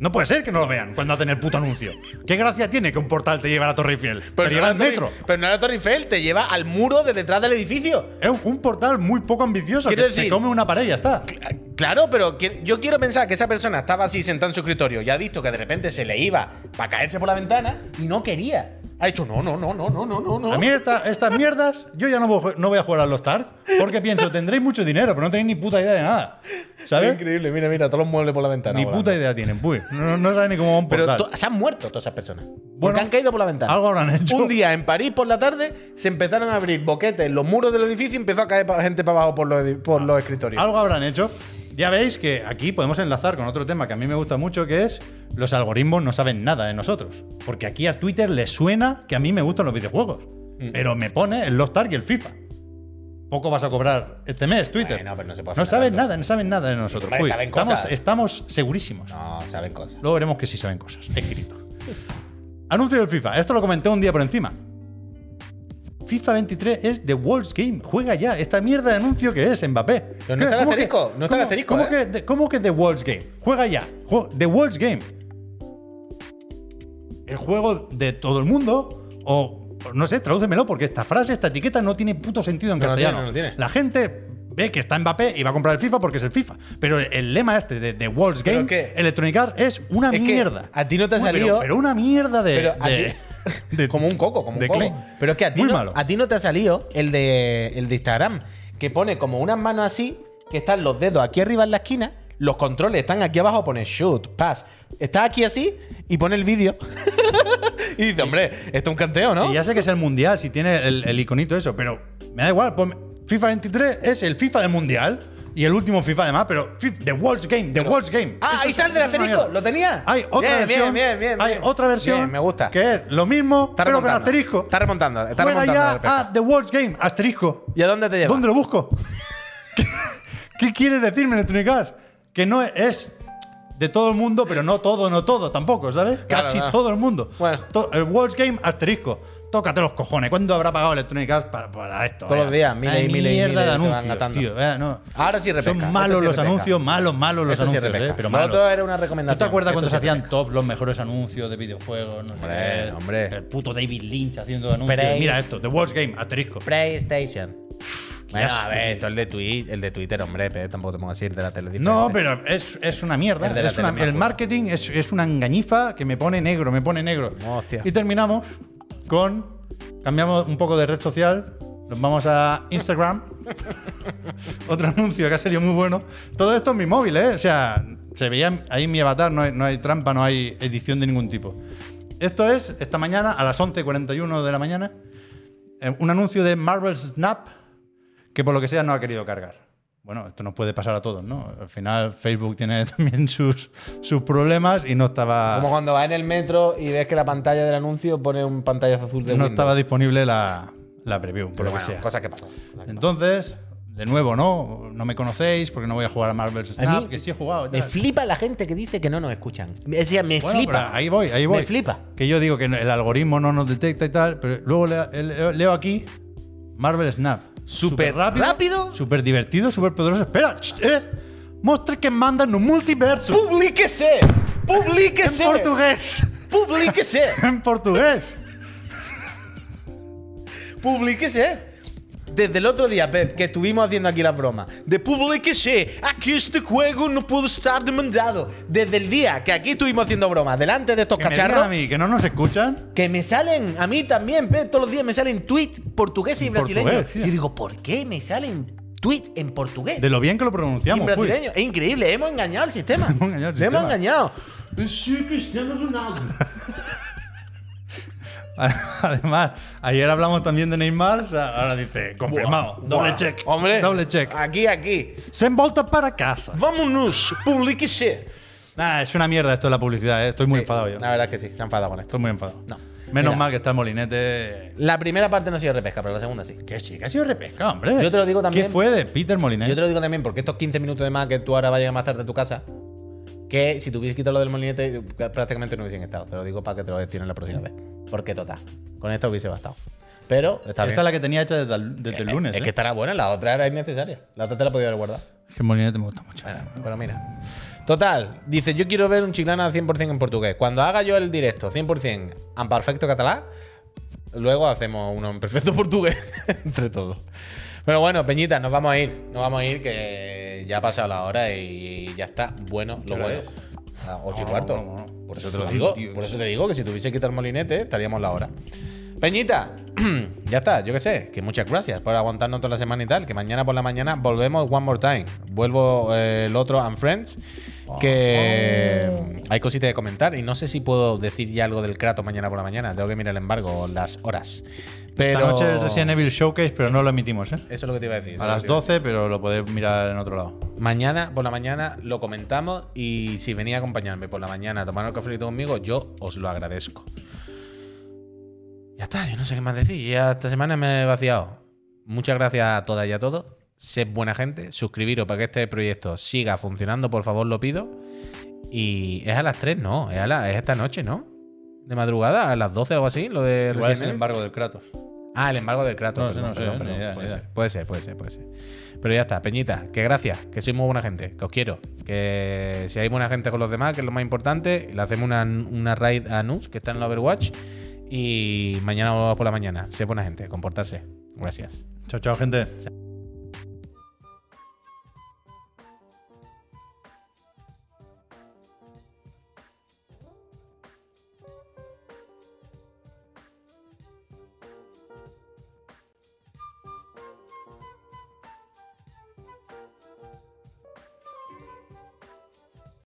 No puede ser que no lo vean cuando hacen el puto anuncio. ¿Qué gracia tiene que un portal te lleve a la Torre Eiffel?
Pero
te
no
lleva
a
al
la Torre-
metro.
Pero no a la Torre Eiffel, te lleva al muro de detrás del edificio.
Es un- un portal muy poco ambicioso. Que
Quiero
se
decir-
come una pared y ya está.
Cl- Claro, pero que- yo quiero pensar que esa persona estaba así sentada en su escritorio y ha visto que de repente se le iba para caerse por la ventana y no quería. Ha dicho, no, no, no, no, no, no, no, no.
A mí esta- estas mierdas, yo ya no voy, no voy a jugar a los Tark porque pienso, tendréis mucho dinero, pero no tenéis ni puta idea de nada. ¿Sabes?
increíble, mira, mira, todos los muebles por la ventana.
Ni puta idea tienen, pues. No, no saben ni cómo va un
Pero
portal.
to- se han muerto todas esas personas.
Bueno,
porque han caído por la ventana.
algo habrán hecho.
Un día en París por la tarde se empezaron a abrir boquetes en los muros del edificio y empezó a caer pa- gente para abajo por los, edi- por los escritorios.
Algo habrán hecho. Ya veis que aquí podemos enlazar con otro tema que a mí me gusta mucho, que es los algoritmos no saben nada de nosotros. Porque aquí a Twitter le suena que a mí me gustan los videojuegos.
Mm.
Pero me pone el Lost Ark y el FIFA. Poco vas a cobrar este mes, Twitter.
Bueno, pero no se puede
No
hacer
saben
tanto.
nada, no saben nada de nosotros.
hombre,
Uy,
saben
estamos,
cosas.
estamos segurísimos.
No, saben cosas.
Luego veremos que sí saben cosas. Escrito. Anuncio del FIFA. Esto lo comenté un día por encima. FIFA 23 es The World's Game. Juega ya. Esta mierda de anuncio que es, Mbappé.
Pero no está el
¿Cómo
asterisco, no está el
cómo-
asterisco,
¿cómo,
eh?
que, de- cómo que The World's Game? Juega ya. Ju- The World's Game. El juego de todo el mundo o... No sé, tradúcemelo porque esta frase, esta etiqueta no tiene puto sentido en
No lo tiene,
castellano.
no lo tiene.
La gente ve que está Mbappé y va a comprar el FIFA porque es el FIFA. Pero el lema este de The World's
¿Pero
Game,
qué?
Electronic Arts es una
Es que
mierda.
a ti no te ha
Uy, pero-
salido-
Pero, una mierda de.
Pero a
de-
ti-
de-
como un coco, como
de
un coco.
Klein.
Pero es que a ti,
Muy
no,
malo.
a ti no te ha salido el de, el de Instagram, que pone como unas manos así, que están los dedos aquí arriba en la esquina, los controles están aquí abajo, pone shoot, pass. Está aquí así y pone el vídeo. y dice, hombre, esto es un canteo, ¿no?
Y ya sé que es el mundial, si tiene el, el iconito eso, pero me da igual. ponme- FIFA 23 es el FIFA del mundial y el último FIFA además, pero Fif- The World's Game, The World's Game.
Ah, ahí está el del
eso es una
asterisco,
mierda.
lo tenía.
Hay otra
Bien,
versión.
bien, bien, bien,
hay
bien.
otra versión.
Bien, me gusta.
Que es lo mismo,
Está
pero con
remontando,
asterisco.
está remontando, está
Juega
remontando la
ya
respuesta.
a The World's Game, asterisco.
¿Y a dónde te lleva?
¿Dónde lo busco? ¿Qué- ¿Qué quiere decirme Electronic Arts? Que no es de todo el mundo, pero no todo, no todo tampoco, ¿sabes?
Claro,
Casi
claro.
todo el mundo.
Bueno.
To- el World's Game asterisco. Tócate los cojones. ¿Cuándo habrá pagado Electronic Arts para, para esto?
Todos
vaya?
los días, miles
Ay,
y miles y
mierda
miles
de
se van
anuncios,
atando.
tío, vaya, no.
Ahora sí repesca.
Son malos
esto sí
los
repesca.
anuncios, malos, malos los
Esto sí
anuncios,
repesca.
eh, pero
Lo
malos.
otro era una
¿Tú
recomendación.
te acuerdas
Esto
cuando
sí
se hacían
repesca.
top los mejores anuncios de videojuegos? No sé
Hombre,
qué?
hombre.
El puto David Lynch haciendo anuncios.
Pero es-
Mira esto, The World's Game, asterisco.
PlayStation. Bueno,
Ya
a ver, esto es el de Twitter, el de Twitter, hombre, pero tampoco te pongo así el de la tele.
No,
diferente.
pero es, es una mierda.
El
El,
de la
es una-
tele me
el
acuerdo.
marketing es, es una engañifa que me pone negro, me pone negro.
Hostia.
Y terminamos con. Cambiamos un poco de red social. Nos vamos a Instagram. Otro anuncio que ha salido muy bueno. Todo esto en mi móvil, ¿eh? O sea, se veía ahí mi avatar, no hay, no hay trampa, no hay edición de ningún tipo. Esto es esta mañana, a las 11.41 de la mañana, eh, un anuncio de Marvel Snap que por lo que sea no ha querido cargar. Bueno, esto nos puede pasar a todos, ¿no? Al final Facebook tiene también sus, sus problemas y no estaba...
Como cuando vas en el metro y ves que la pantalla del anuncio pone un pantallazo azul de
no
Windows.
estaba disponible la, la preview, por
Pero
lo que
bueno,
sea.
Cosas que pasan.
Entonces, de nuevo, ¿no? No me conocéis porque no voy a jugar a Marvel's
A
Snap,
mí
que sí he jugado.
Me
tal.
flipa la gente que dice que no nos escuchan. O sea, me
Bueno,
flipa.
pero ahí voy, ahí voy.
Me flipa.
Que yo digo que el algoritmo no nos detecta y tal, pero luego le- le- leo aquí Marvel Snap.
Súper rápido.
Súper divertido, súper poderoso. Espera, ch, eh. Mostre que mandan un multiverso.
¡Publíquese!
en
¡Publíquese!
portugués.
¡Publíquese!
en portugués.
Pues ¡Publíquese! Desde el otro día, Pep, que estuvimos haciendo aquí las bromas, de publíquese, aquí este juego no pudo estar demandado. Desde el día que aquí estuvimos haciendo bromas delante de estos
Que me digan
cacharros,
a mí, que no nos escuchan.
que me salen, a mí también, Pep, todos los días me salen tweets portugueses y
En
brasileños.
portugués, tío.
Yo digo, ¿por qué me salen tweets en portugués?
De lo bien que lo
y en
pronunciamos. uy.
brasileño? Es increíble, hemos engañado al sistema.
pues. Hemos engañado al
Le
sistema.
Hemos engañado.
Además, ayer hablamos también de Neymar. o sea, Ahora dice, confirmado.
Buah,
doble
buah.
check.
Hombre,
Doble check.
Aquí, aquí.
Se envolta para casa.
Vámonos, publíquese.
Nah, es una mierda esto de la publicidad, eh. estoy muy enfadado yo.
La verdad es que sí, se ha enfadado con esto.
Estoy muy enfadado.
No.
Menos
Mira.
mal que está el molinete.
La primera parte no ha sido repesca, pero la segunda sí.
Que sí, que ha sido repesca, hombre.
Yo te lo digo también.
¿Qué fue de Peter Molinet?
Yo te lo digo también porque estos 15 minutos de más que tú ahora vas a llegar más tarde a tu casa, que si tuvieses quitado lo del molinete, prácticamente no hubiesen estado. Te lo digo para que te lo destinen la próxima vez. Porque total, con esta hubiese bastado. Pero está
Esta
bien.
es la que tenía hecha desde el, desde el lunes.
Es
eh.
que estará buena, la otra era innecesaria. La otra te la podía haber guardado.
Es que el molinete me gusta mucho.
Bueno, pero mira. Total, dice, yo quiero ver un chiclana 100% en portugués. Cuando haga yo el directo 100% en perfecto catalán, luego hacemos uno en perfecto portugués entre todos. Pero bueno, Peñita, nos vamos a ir. Nos vamos a ir que ya ha pasado la hora y ya está. Bueno, lo
hora
bueno. A 8 y cuarto.
no, no, no.
Por eso te lo
Ay,
digo.
Dios.
Por eso te digo que si tuviese que quitar molinete, estaríamos la hora. Peñita, ya está, yo qué sé, que muchas gracias por aguantarnos toda la semana y tal, que mañana por la mañana volvemos one more time. Vuelvo eh, el otro and friends, que mm, hay cositas que comentar y no sé si puedo decir ya algo del Kratos mañana por la mañana, tengo que mirar el embargo, las horas. Pero
Esta noche el Resident Evil Showcase, pero no lo emitimos, ¿eh?
Eso es lo que te iba a decir. eso
A
es lo
las
que te iba
12, pero lo podéis mirar en otro lado.
decir. Mañana por la mañana lo comentamos y si venía a acompañarme por la mañana a tomar el café conmigo, yo os lo agradezco. Ya está, yo no sé qué más decir. Ya esta semana me he vaciado. Muchas gracias a todas y a todos. Sed buena gente, suscribiros para que este proyecto siga funcionando, por favor, lo pido. Y es a las 3, no, es, a la- es esta noche, ¿no? De madrugada, a las 12 o algo así, lo de
Igual es
Resident
el
Evil.
embargo del Kratos.
Ah, el embargo del Kratos.
No sé,
perdón,
no sé,
perdón,
ni
perdón,
idea,
puede,
ni
ser,
idea.
puede ser, puede ser, puede ser. Pero ya está, Peñita, que gracias, que sois muy buena gente, que os quiero, que si hay buena gente con los demás, que es lo más importante, le hacemos una, una raid a Nux, que está en la Overwatch, y mañana volvemos por la mañana. Sé buena gente, comportarse. Gracias.
Chao, chao, gente.